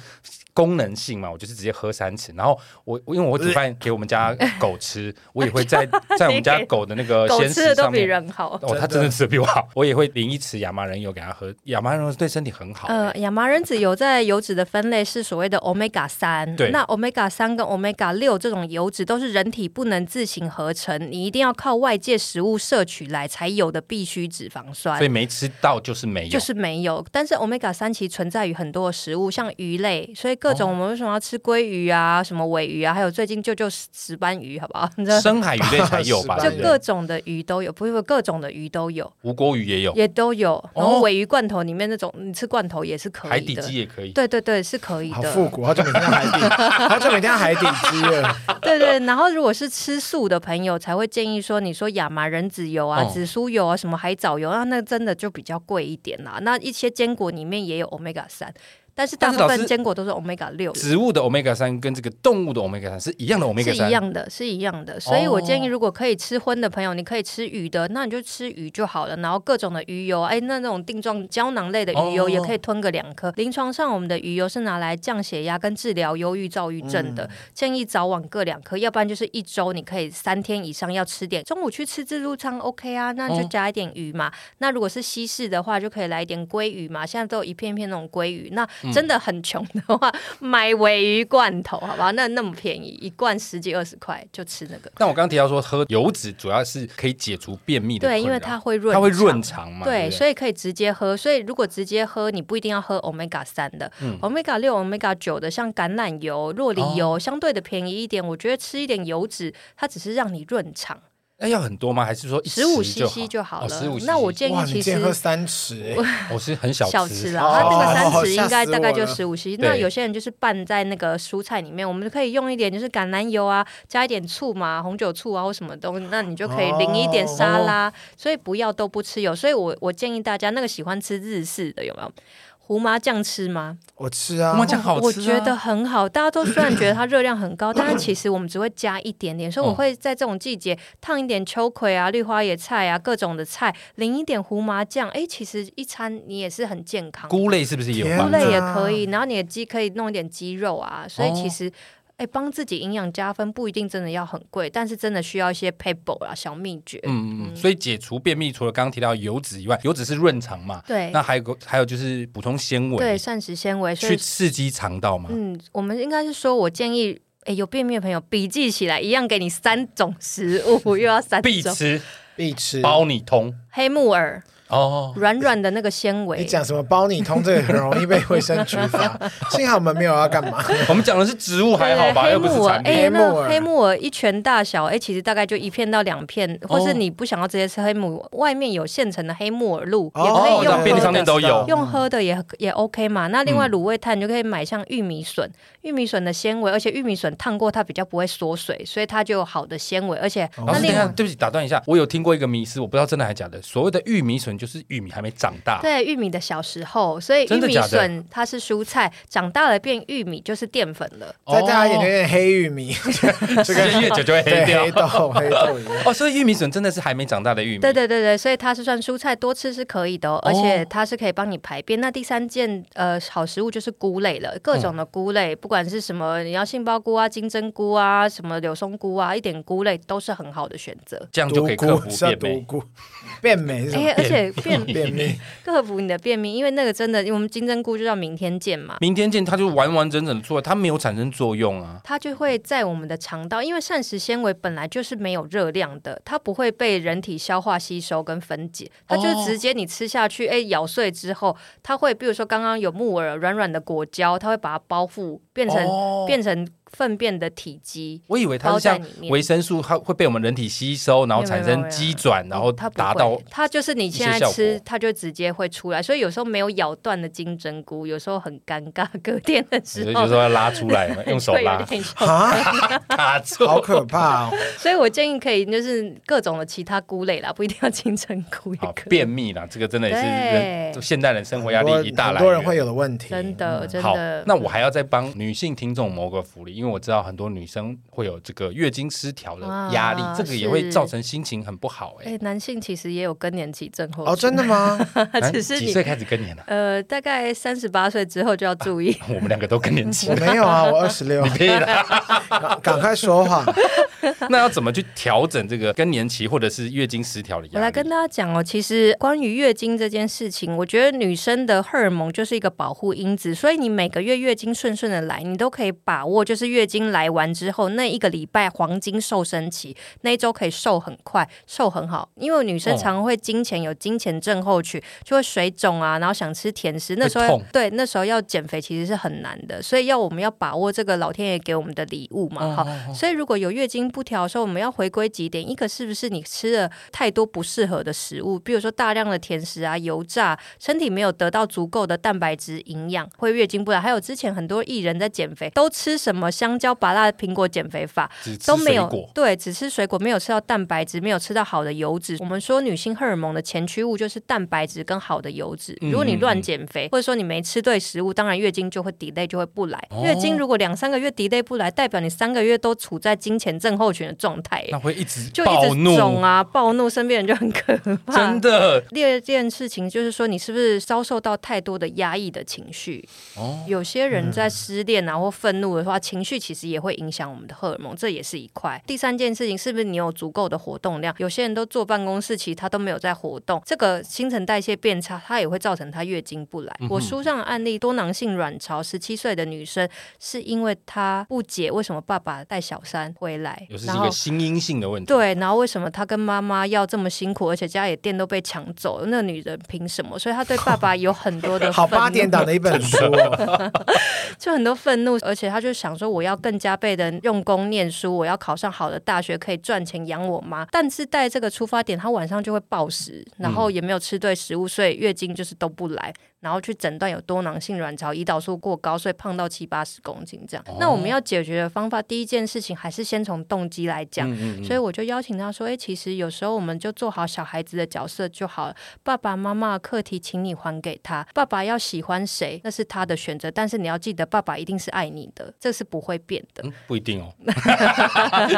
功能性嘛，我就是直接喝三匙。然后我我因为我会煮饭给我们 家狗吃，我也会在在我们家狗的那个
狗
鲜
吃的
食
都
上
比
面
人好。
哦，他真的吃的比我好，我也会淋一匙亚麻仁油给他喝，亚麻仁油对身体很好、哎
呃，亚麻仁籽油在油脂的分类是所谓的 omega 三，
对
那 omega 三跟 omega 六这种油脂都是人体不能自行合成，你一定要靠外界食物摄取来才有的必需脂肪酸
所以。没吃到就是没有。
就是没有，但是 omega 三其实存在于很多的食物，像鱼类，所以各
哦
种我们为什么要吃鲑鱼啊、什么尾鱼啊，还有最近救救石斑鱼，好 不好？
深海鱼类才有吧？
是
就
对不
各
对
种的鱼都有，不是各种的鱼都有，
无锅鱼也有，
也都有。然后
哦
尾鱼罐头里面那种，你吃罐头也是可以的。
海底鸡也可以。
对对对，是可以
好
的。
复古，好久没听到海 底，好久没听到海底鸡了。
对对，然后如果是吃素的朋友，才会建议说，你说亚麻仁籽油啊、
哦
紫苏油啊、什么海藻油啊，那真的就比较贵一点啦。那一些坚果里面也有 omega 三，但是大
但是
部
老师
分坚果都是 omega 六。
植物的 omega 三跟这个动物的 omega 三是一样的 omega
是
三，哦
一样的，是一样的，所以我建议，如果可以吃荤的朋友，你可以吃鱼的，那你就吃鱼就好了。然后各种的鱼油，哎，那那种定状胶囊类的鱼油
哦
也可以吞个两颗。临床上，我们的鱼油是拿来降血压跟治疗忧郁、躁郁症
嗯
的，建议早晚各两颗，要不然就是一周你可以三天以上要吃点。中午去吃自助餐 OK 啊，那就
哦
加一点鱼嘛。那如果是西式的话，就可以来一点鲑鱼嘛，现在都有一片片那种鲑鱼。那
嗯
真的很穷的话，买尾鱼罐头，好吧？那那么便宜，一罐十几二十块就吃那个。
但我刚刚提到说，喝油脂主要是可以解除便秘的困
对，
扰，
因为它会润，
它会润。肠嘛，
对，
不
所以可以直接喝。所以如果直接喝，你不一定要喝 omega 三的、omega
嗯
六、omega 九的，像橄榄
哦
油、洛梨油，相对的便宜一点。我觉得吃一点油脂，它只是让你润肠，
那要很多吗？还是说一匙
十五
就哦
CC 就好了。
十五 cc，
那我建议
哇，
其
你
实
竟然喝三匙，哎
我是很小
小
吃
吃啦，啊
哦
它那个三
哦
匙应该
吓死
大概
我
就
了
十五 cc。
对
那有些人就是拌在那个蔬菜里面，我们可以用一点就是橄榄油啊，加一点醋嘛，红酒醋啊或什么东西，那你就可以淋一点沙拉。所以不要都不吃油，所以我我建议大家那个喜欢吃日式的有没有？胡麻酱吃吗？
我吃啊
胡麻，酱好吃啊
我觉得很好。大家都虽然觉得它热量很高，但是其实我们只会加一点点，所以我会在这种季节烫一点秋葵啊、绿花椰菜啊、各种的菜，淋一点胡麻酱。哎，其实一餐你也是很健康的。
菇类是不是也有
天
帮
菇
助
哪？
类也可以，然后你的鸡可以弄一点鸡肉啊，所以
哦
其实。哎，帮自己营养加分不一定真的要很贵，但是真的需要一些 paper 啊，小秘诀。
嗯嗯，嗯，所以解除便秘除了刚刚提到油脂以外，油脂是润肠嘛，
对
那还有个还有就是补充纤
对，
维，
膳食纤维。所
去
以，
刺激肠道嘛。
嗯，我们应该是说，我建议，哎，有便秘的朋友笔记起来，一样给你三种食物，又要三
必
种
吃，
必吃。
包你通。
黑木耳，
哦，
软软的那个纤
你
维。
讲什么包你通，这个很容易被卫生局 罚。幸好我们没有要干嘛，
我们讲的是植物还好吧，
对
又
黑
不是
木耳
产，品。
黑
哎，
木
那
耳
黑木耳一拳大小，哎，其实大概就一片到两片，或
哦
是你不想要直接吃黑木耳，外面有现成的黑木耳露，也
哦
可
哦，
以
这
用
样
喝
便利商店
的，
都有。
用喝的也也 OK 嘛。那另外
嗯
卤味摊你就可以买像玉米笋，玉米笋的纤维，而且玉米笋烫过它比较不会缩水，所以它就有好的纤维，而且
老
那
哦师，等一
另
下，
外。
对不起，打断一下，我有听过一个迷思，我不知道真的还假的。所谓的玉米笋就是玉米还没长大，
对玉米的小时候，所以玉
真的
米
假的
笋它是蔬菜，长大了变玉米就是淀粉了。
在大家眼里有点黑玉米，
哦时间越久就会黑
对，
掉
黑。豆 黑豆一样。
哦，所以玉米笋真的是还没长大的玉米。
对对对对，所以它是算蔬菜，多吃是可以的、哦，而且它是可以帮你排便。那第三件呃好食物就是菇类了，各种的菇类，不管是什么，你要杏鲍菇啊、金针菇啊、什么柳松菇啊，一点菇类都是很好的选择。
这样就
独
可以克
孤
服
是要
便
独
秘。
孤，变美是什
哎
么？，
而且便
便秘，
克服你的便秘，因为那个真的，因为我们金针菇就叫明天见嘛。
明天见，它就完完整整的出来，它没有产生作用啊。
它就会在我们的肠道，因为膳食纤维本来就是没有热量的，它不会被人体消化吸收跟分解，它
哦
就是直接你吃下去，哎、咬碎之后，它会比如说刚刚有木耳软软的果胶，它会把它包覆，变成、
哦
变成粪便的体积
我以为它
包
是
在
像
里面。
维生素，它会被我们人体吸收，然后产
没有没有没
生
有
机转，然后
嗯它不
达到
会。它就是你现
一些
在
效
吃
果，
它就直接会出来，所以有时候没有咬断的金针菇，有时候很尴尬，隔天的
所
时
以就
候
说要拉出 来，用手
会有
拉
点像
啊，
卡住。
好可 怕哦！
所以我建议可以就是各种的其他菇类啦，不一定要金针菇也
好
可以。
便秘啦，这个真的也是人
对
现代人生活压
很多
力一大
很
来
多人
源。
会有的问题。
真的，真
嗯好
的，。
那我还要再帮女性听众谋个福利，因为我知道很多女生会有这个月经失调的压力，
啊
这个也
是
会造成心情很不好、
哎、
哎、
男性其实也有更年期症候
哦，
群
真的 吗？
啊
只是
几
你
岁开始更年了、
呃，大概三十八岁之后就要注意。
我们两个都更年期
我
了。
没有啊，我二十六，
屁啦
赶赶快说话。
那要怎么去调整这个更年期或者是月经失调的压力？
我来跟大家讲哦，其实关于月经这件事情，我觉得女生的荷尔蒙就是一个保护因子，所以你每个月月经顺顺的来，你都可以把握，就是月经来完之后那一个礼拜黄金瘦身期，那一周可以瘦很快，瘦很好。因为女生常会经前有经前症候群，就会水肿啊，然后想吃甜食，那时候
会
要
痛
对那时候要减肥其实是很难的，所以要我们要把握这个老天爷给我们的礼物嘛，
哦
哈、所以如果有月经不调的时候，我们要回归几点：一个是不是你吃了太多不适合的食物，比如说大量的甜食啊、油炸，身体没有得到足够的蛋白质营养，会月经不来。还有之前很多艺人在减肥，都吃什么香蕉、芭辣、苹果减肥法，
只吃
都没
水
有
果，
对，只吃水果，没有吃到蛋白质，没有吃到好的油脂。我们说女性荷尔蒙的前驱物就是蛋白质跟好的油脂。
嗯
如果你
嗯
乱
嗯
减肥，或者说你没吃对食物，当然月经就会 delay 就会不来。
哦
月经如果两三个月 delay 不来，代表你三个月都处在经前症候群的状态，
那会一直
就
暴
一直肿
怒，
啊，暴怒，身边人就很可怕。
真的
第二件事情就是说，你是不是遭受到太多的压抑的情绪？
哦
有些人在失恋啊或愤怒的话，情绪其实也会影响我们的荷尔蒙，这也是一块。第三件事情是不是你有足够的活动量？有些人都坐办公室，其实他都没有在活动，这个新陈代谢变差，它也会造成他月经不来。
嗯
我书上的案例，多囊性卵巢，十七岁的女生是因为她不解为什么爸爸带小三回来
有，时是
然
一
后
个心因性的问题。
对，然后为什么她跟妈妈要这么辛苦，而且家里店都被抢走，那女人凭什么？所以她对爸爸有很 多的
好，
愤怒
八点档的一本书哦，
就很多愤怒，而且她就想说，我要更加倍的用功念书，我要考上好的大学，可以赚钱养我妈。但是带这个出发点，她晚上就会暴食，然后也没有吃对食物，所以月经就是都不来。然后去诊断有多囊性卵巢，胰岛素过高，所以胖到七八十公斤这样。那我们要解决的方法，第一件事情还是先从动机来讲。
嗯
所以我就邀请他说：“诶，其实有时候我们就做好小孩子的角色就好了。爸爸妈妈的课题，请你还给他。爸爸要喜欢谁，那是他的选择，但是你要记得，爸爸一定是爱你的，这是不会变 的。
嗯，不一定哦，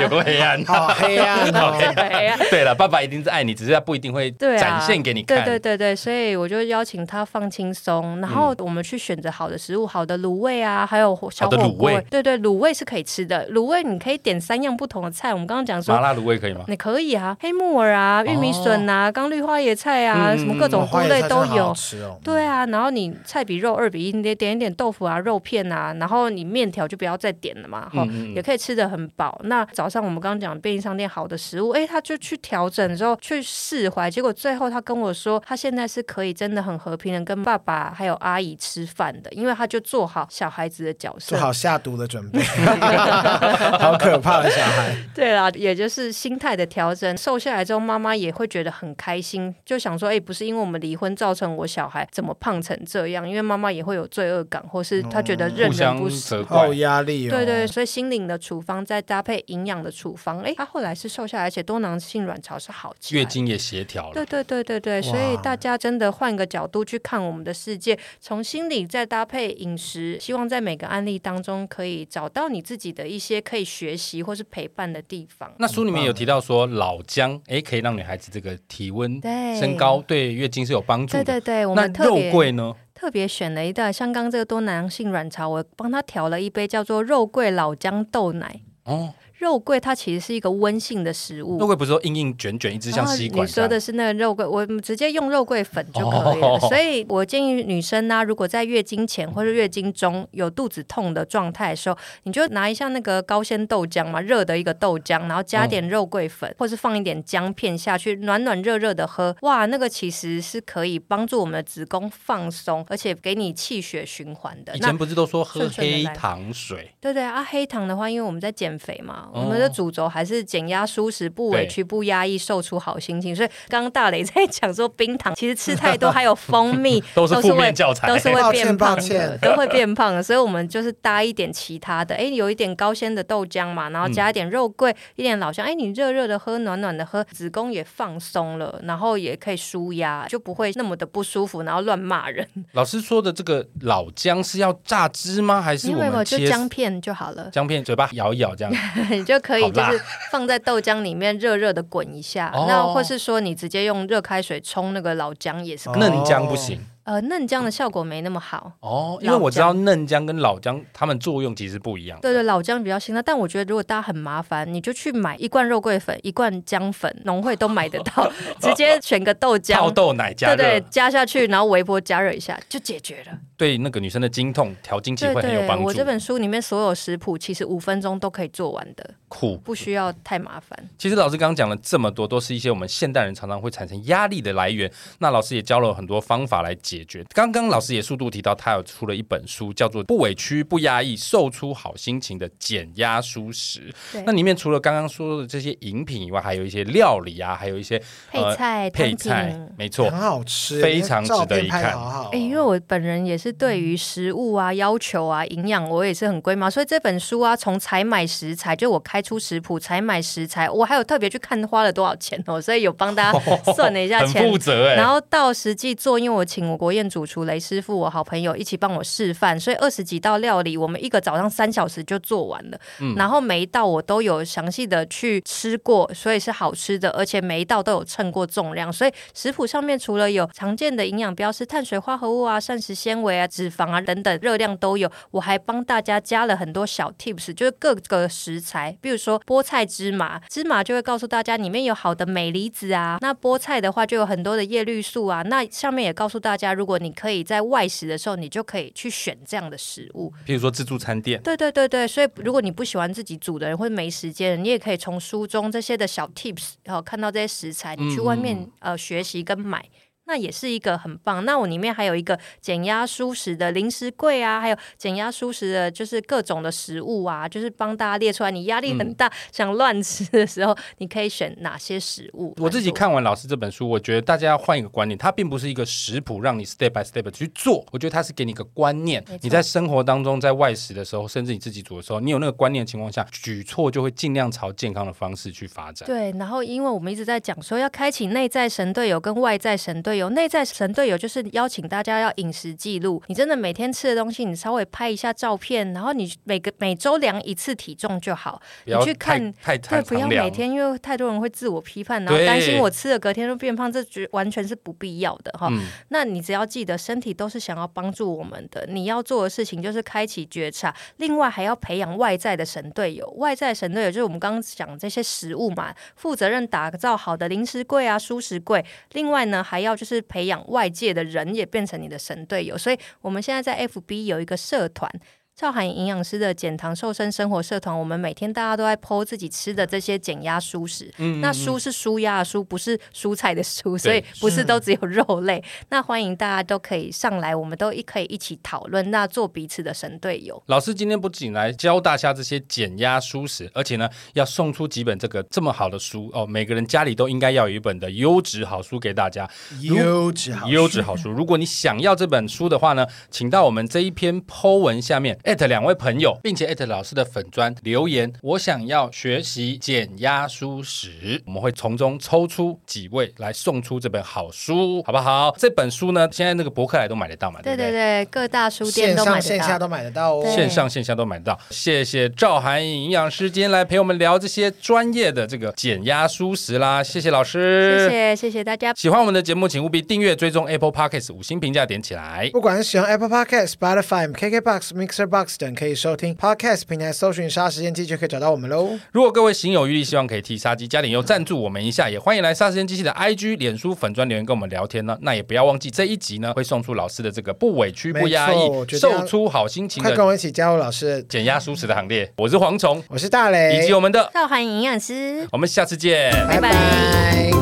有个黑暗。
好黑暗哦。
对呀、
对了，爸爸一定是爱你，只是他不一定会
对啊
展现给你看。
对对对对，所以我就邀请他放轻松，然后我们去选择好的食物，好的卤味啊，还有火
嗯
小
好的
火
卤
锅
味。
对对，卤味是可以吃的，卤味你可以点三样不同的菜。我们刚刚讲
麻
说，
辣卤味可以吗？
你可以啊，黑木耳啊，玉米笋啊，刚绿花椰菜啊，
嗯
什么各
这
种菇类都
哦花椰菜真的好
有
好。吃哦。
对啊，然后你菜比肉二比一，你得点一点豆腐啊、肉片啊，然后你面条就不要再点了嘛，哈、
嗯嗯
也可以吃的很饱。那早上我们刚刚讲便利商店好的食物，哎，他就去调整之后去释怀，结果最后他跟我说，他现在是可以真的很和平的跟爸爸还有阿姨吃饭的，因为他就做好小孩子的角色
做。好下毒的准备， 好可怕的小孩。
对啦，也就是心态的调整。瘦下来之后，妈妈也会觉得很开心，就想说，哎、不是因为我们离婚造成我小孩怎么胖成这样，因为妈妈也会有罪恶感，或是她觉得任
哦互
人
相
不舍。
责
好
怪
有。压力哦。
对对，所以心灵的处方再搭配营养的处方，哎，她后来是瘦下来，而且多囊性卵巢是好起来
月
的
经也协调了
对，对对对对，所以大家真的换个角度去看我们的世界，从心理再搭配饮食，希望在每个案例当中可以找到你自己的一些可以学习或是陪伴的地方。
那书里面有提到说老姜，哎，可以让女孩子这个体温
对
升高，对月经是有帮助
对
的。
对对，我
那
们特
肉
别
桂呢？
特别选了一道，像刚刚这个多囊性卵巢，我帮他调了一杯叫做肉桂老姜豆奶。
哦，
肉桂它其实是一个温性的食物
肉。桂不是说硬硬卷卷，一直像
然后
吸管
你
这
说
样
的是那个肉桂，我们直接用肉桂粉就可以了。
哦
所以我建议女生呢、如果在月经前或者月经中有肚子痛的状态的时候，你就拿一下那个高纤豆浆嘛，热的一个豆浆，然后
嗯
加点肉桂粉，或是放一点姜片下去，暖暖热热的喝。哇，那个其实是可以帮助我们的子宫放松，而且给你气血循环的。
以
那
前不是都说喝
顺顺地
黑
来
糖水？
对对啊，黑糖的话，因为我们在减肥嘛，
哦
我们的主轴还是减压、舒适、不委屈、不压抑、受出好心情。所以刚刚大雷 在讲说，冰糖其实吃太多，还有蜂蜜
都是负
会
面教材
都是会变
抱
胖
歉抱
的，都会变胖的。所以我们就是搭一点其他的，哎，有一点高纤的豆浆嘛，然后
嗯
加一点肉桂，一点老姜，哎，你热热的喝，暖暖的喝，子宫也放松了，然后也可以舒压，就不会那么的不舒服，然后乱骂人。
老师说的这个老姜是要榨汁吗？还是
因
我
为我
们
就
切
姜片就好了。
姜片，嘴巴咬一咬这样？
你就可以就
好
是放在豆浆里面热热的滚一下，
哦
那或是说你直接用热开水冲那个老姜也是可以。
嫩姜不行
呃，嫩姜的效果没那么好。
哦，因为我知道嫩姜跟老姜它们作用其实不一样。
对对，老姜比较辛辣，但我觉得如果大家很麻烦，你就去买一罐肉桂粉、一罐姜粉，农会都买得 到，直接选个豆
泡
浆，
豆奶加
对对
热，，
加下去，然后微波加热一下就解决了。
对那个女生的经痛调经期
对
会很有
对，
帮
我这
助。
本书里面所有食谱其实五分钟都可以做完的，
苦，
不需要太麻烦。
其实老师刚刚讲了这么多，都是一些我们现代人常常会产生压力的来源。那老师也教了很多方法来解决。刚刚老师也速度提到，他有出了一本书，叫做《不委屈、不压抑，瘦出好心情的减压舒适》。
对
那，里面除了刚刚说的这些饮品以外，还有一些料理啊，还有一些
配菜、
配
汤
菜
品，啊
没错
很。好吃，
非常值得
照片
一
拍
看
好好哦、
哎、因为我本人也是对于食物啊、要求啊、营养，我也是很龟毛，所以这本书啊，从采买食材，就我开出食谱，采买食材，我还有特别去看花了多少钱哦，所以有帮大家算了一下
很
钱。
负责哎、
然后到实际做，因为我请我国宴主厨雷师傅，我好朋友一起帮我示范，所以二十几道料理，我们一个早上三小时就做完了。然后每一道我都有详细的去吃过，所以是好吃的，而且每一道都有称过重量。所以食谱上面除了有常见的营养标示、碳水化合物啊、膳食纤维啊、脂肪啊等等热量都有，我还帮大家加了很多小 tips，就是各个食材，比如说菠菜芝麻，芝麻就会告诉大家里面有好的镁离子啊，那菠菜的话就有很多的叶绿素啊，那上面也告诉大家，如果你可以在外食的时候，你就可以去选这样的食物。
譬如说自助餐店，
对对对对，所以如果你不喜欢自己煮的人，或者没时间，你也可以从书中这些的小 tips，然、后看到这些食材，你去外面、
嗯
呃学习跟买。那也是一个很棒。那我里面还有一个减压舒适的零食柜啊，还有减压舒适的，就是各种的食物啊，就是帮大家列出来。你压力
嗯
很大、想乱吃的时候，你可以选哪些食物？
我自己看完老师这本书，我觉得大家要换一个观念，它并不是一个食谱让你 step by step 去做，我觉得它是给你一个观念
没错。
你在生活当中，在外食的时候，甚至你自己煮的时候，你有那个观念的情况下，举措就会尽量朝健康的方式去发展。
对，然后因为我们一直在讲说要开启内在神队友跟外在神队队友，内在神队友就是邀请大家要饮食记录，你真的每天吃的东西，你稍微拍一下照片，然后你每个每周量一次体重就好。
不
你
要
去
太
看，
太
对，
太
不要
常
每
量。
天，因为太多人会自我批判，然后
对
担心我吃了隔天就变胖，这绝完全是不必要的
嗯
哈。那你只要记得，身体都是想要帮助我们的，你要做的事情就是开启觉察，另外还要培养外在的神队友。外在神队友就是我们刚刚讲这些食物嘛，负责任打造好的零食柜啊、舒适柜。另外呢，还要就是培养外界的人也变成你的神队友。所以我们现在在 FB 有一个社团。赵涵营养师的减糖瘦身生活社团，我们每天大家都在剖自己吃的这些减压蔬食。那蔬是舒压的蔬，不是蔬菜的蔬，所以不是都只有肉类。那欢迎大家都可以上来，我们都一可以一起讨论，那做彼此的神队友。
老师今天不仅来教大家这些减压书食，而且呢，要送出几本这个这么好的书哦，每个人家里都应该要有一本的优质好书给大家。
优质好，
优质好书。如果你想要这本书的话呢，请到我们这一篇 Po 文下面艾特两位朋友，并且艾特老师的粉砖留言，我想要学习减压书史，我们会从中抽出几位来送出这本好书，好不好？这本书呢，现在那个博客来都买得到嘛，
对
不对
对对，各大书店
线
都
上
买得
线
到。
下都买得到哦。
对
线上线下都买得到，谢谢赵涵颖营养师今天来陪我们聊这些专业的这个减压舒食啦，谢谢老师。
谢谢谢谢大家，
喜欢我们的节目，请务必订阅、追踪 Apple Podcast 五星评价点起来。
不管是使用 Apple Podcast、Spotify、KKBox、Mixer Box 等可以收听 Podcast 平台，搜寻“杀时间机”就可以找到我们喽。
如果各位行有余力，希望可以替杀鸡加点油赞助我们一下，也欢迎来杀时间机器的 IG、脸书粉专留言跟我们聊天呢。那也不要忘记这一集呢，会送出老师的这个不委屈、不压
没错我
抑、
觉得要
售出好心情
快跟
的
我一起加入老师的，
减压舒适的行列。我是蝗虫，
我是大
以
雷
及，我们的，
赵涵营养师，
我们下次见。
拜拜
拜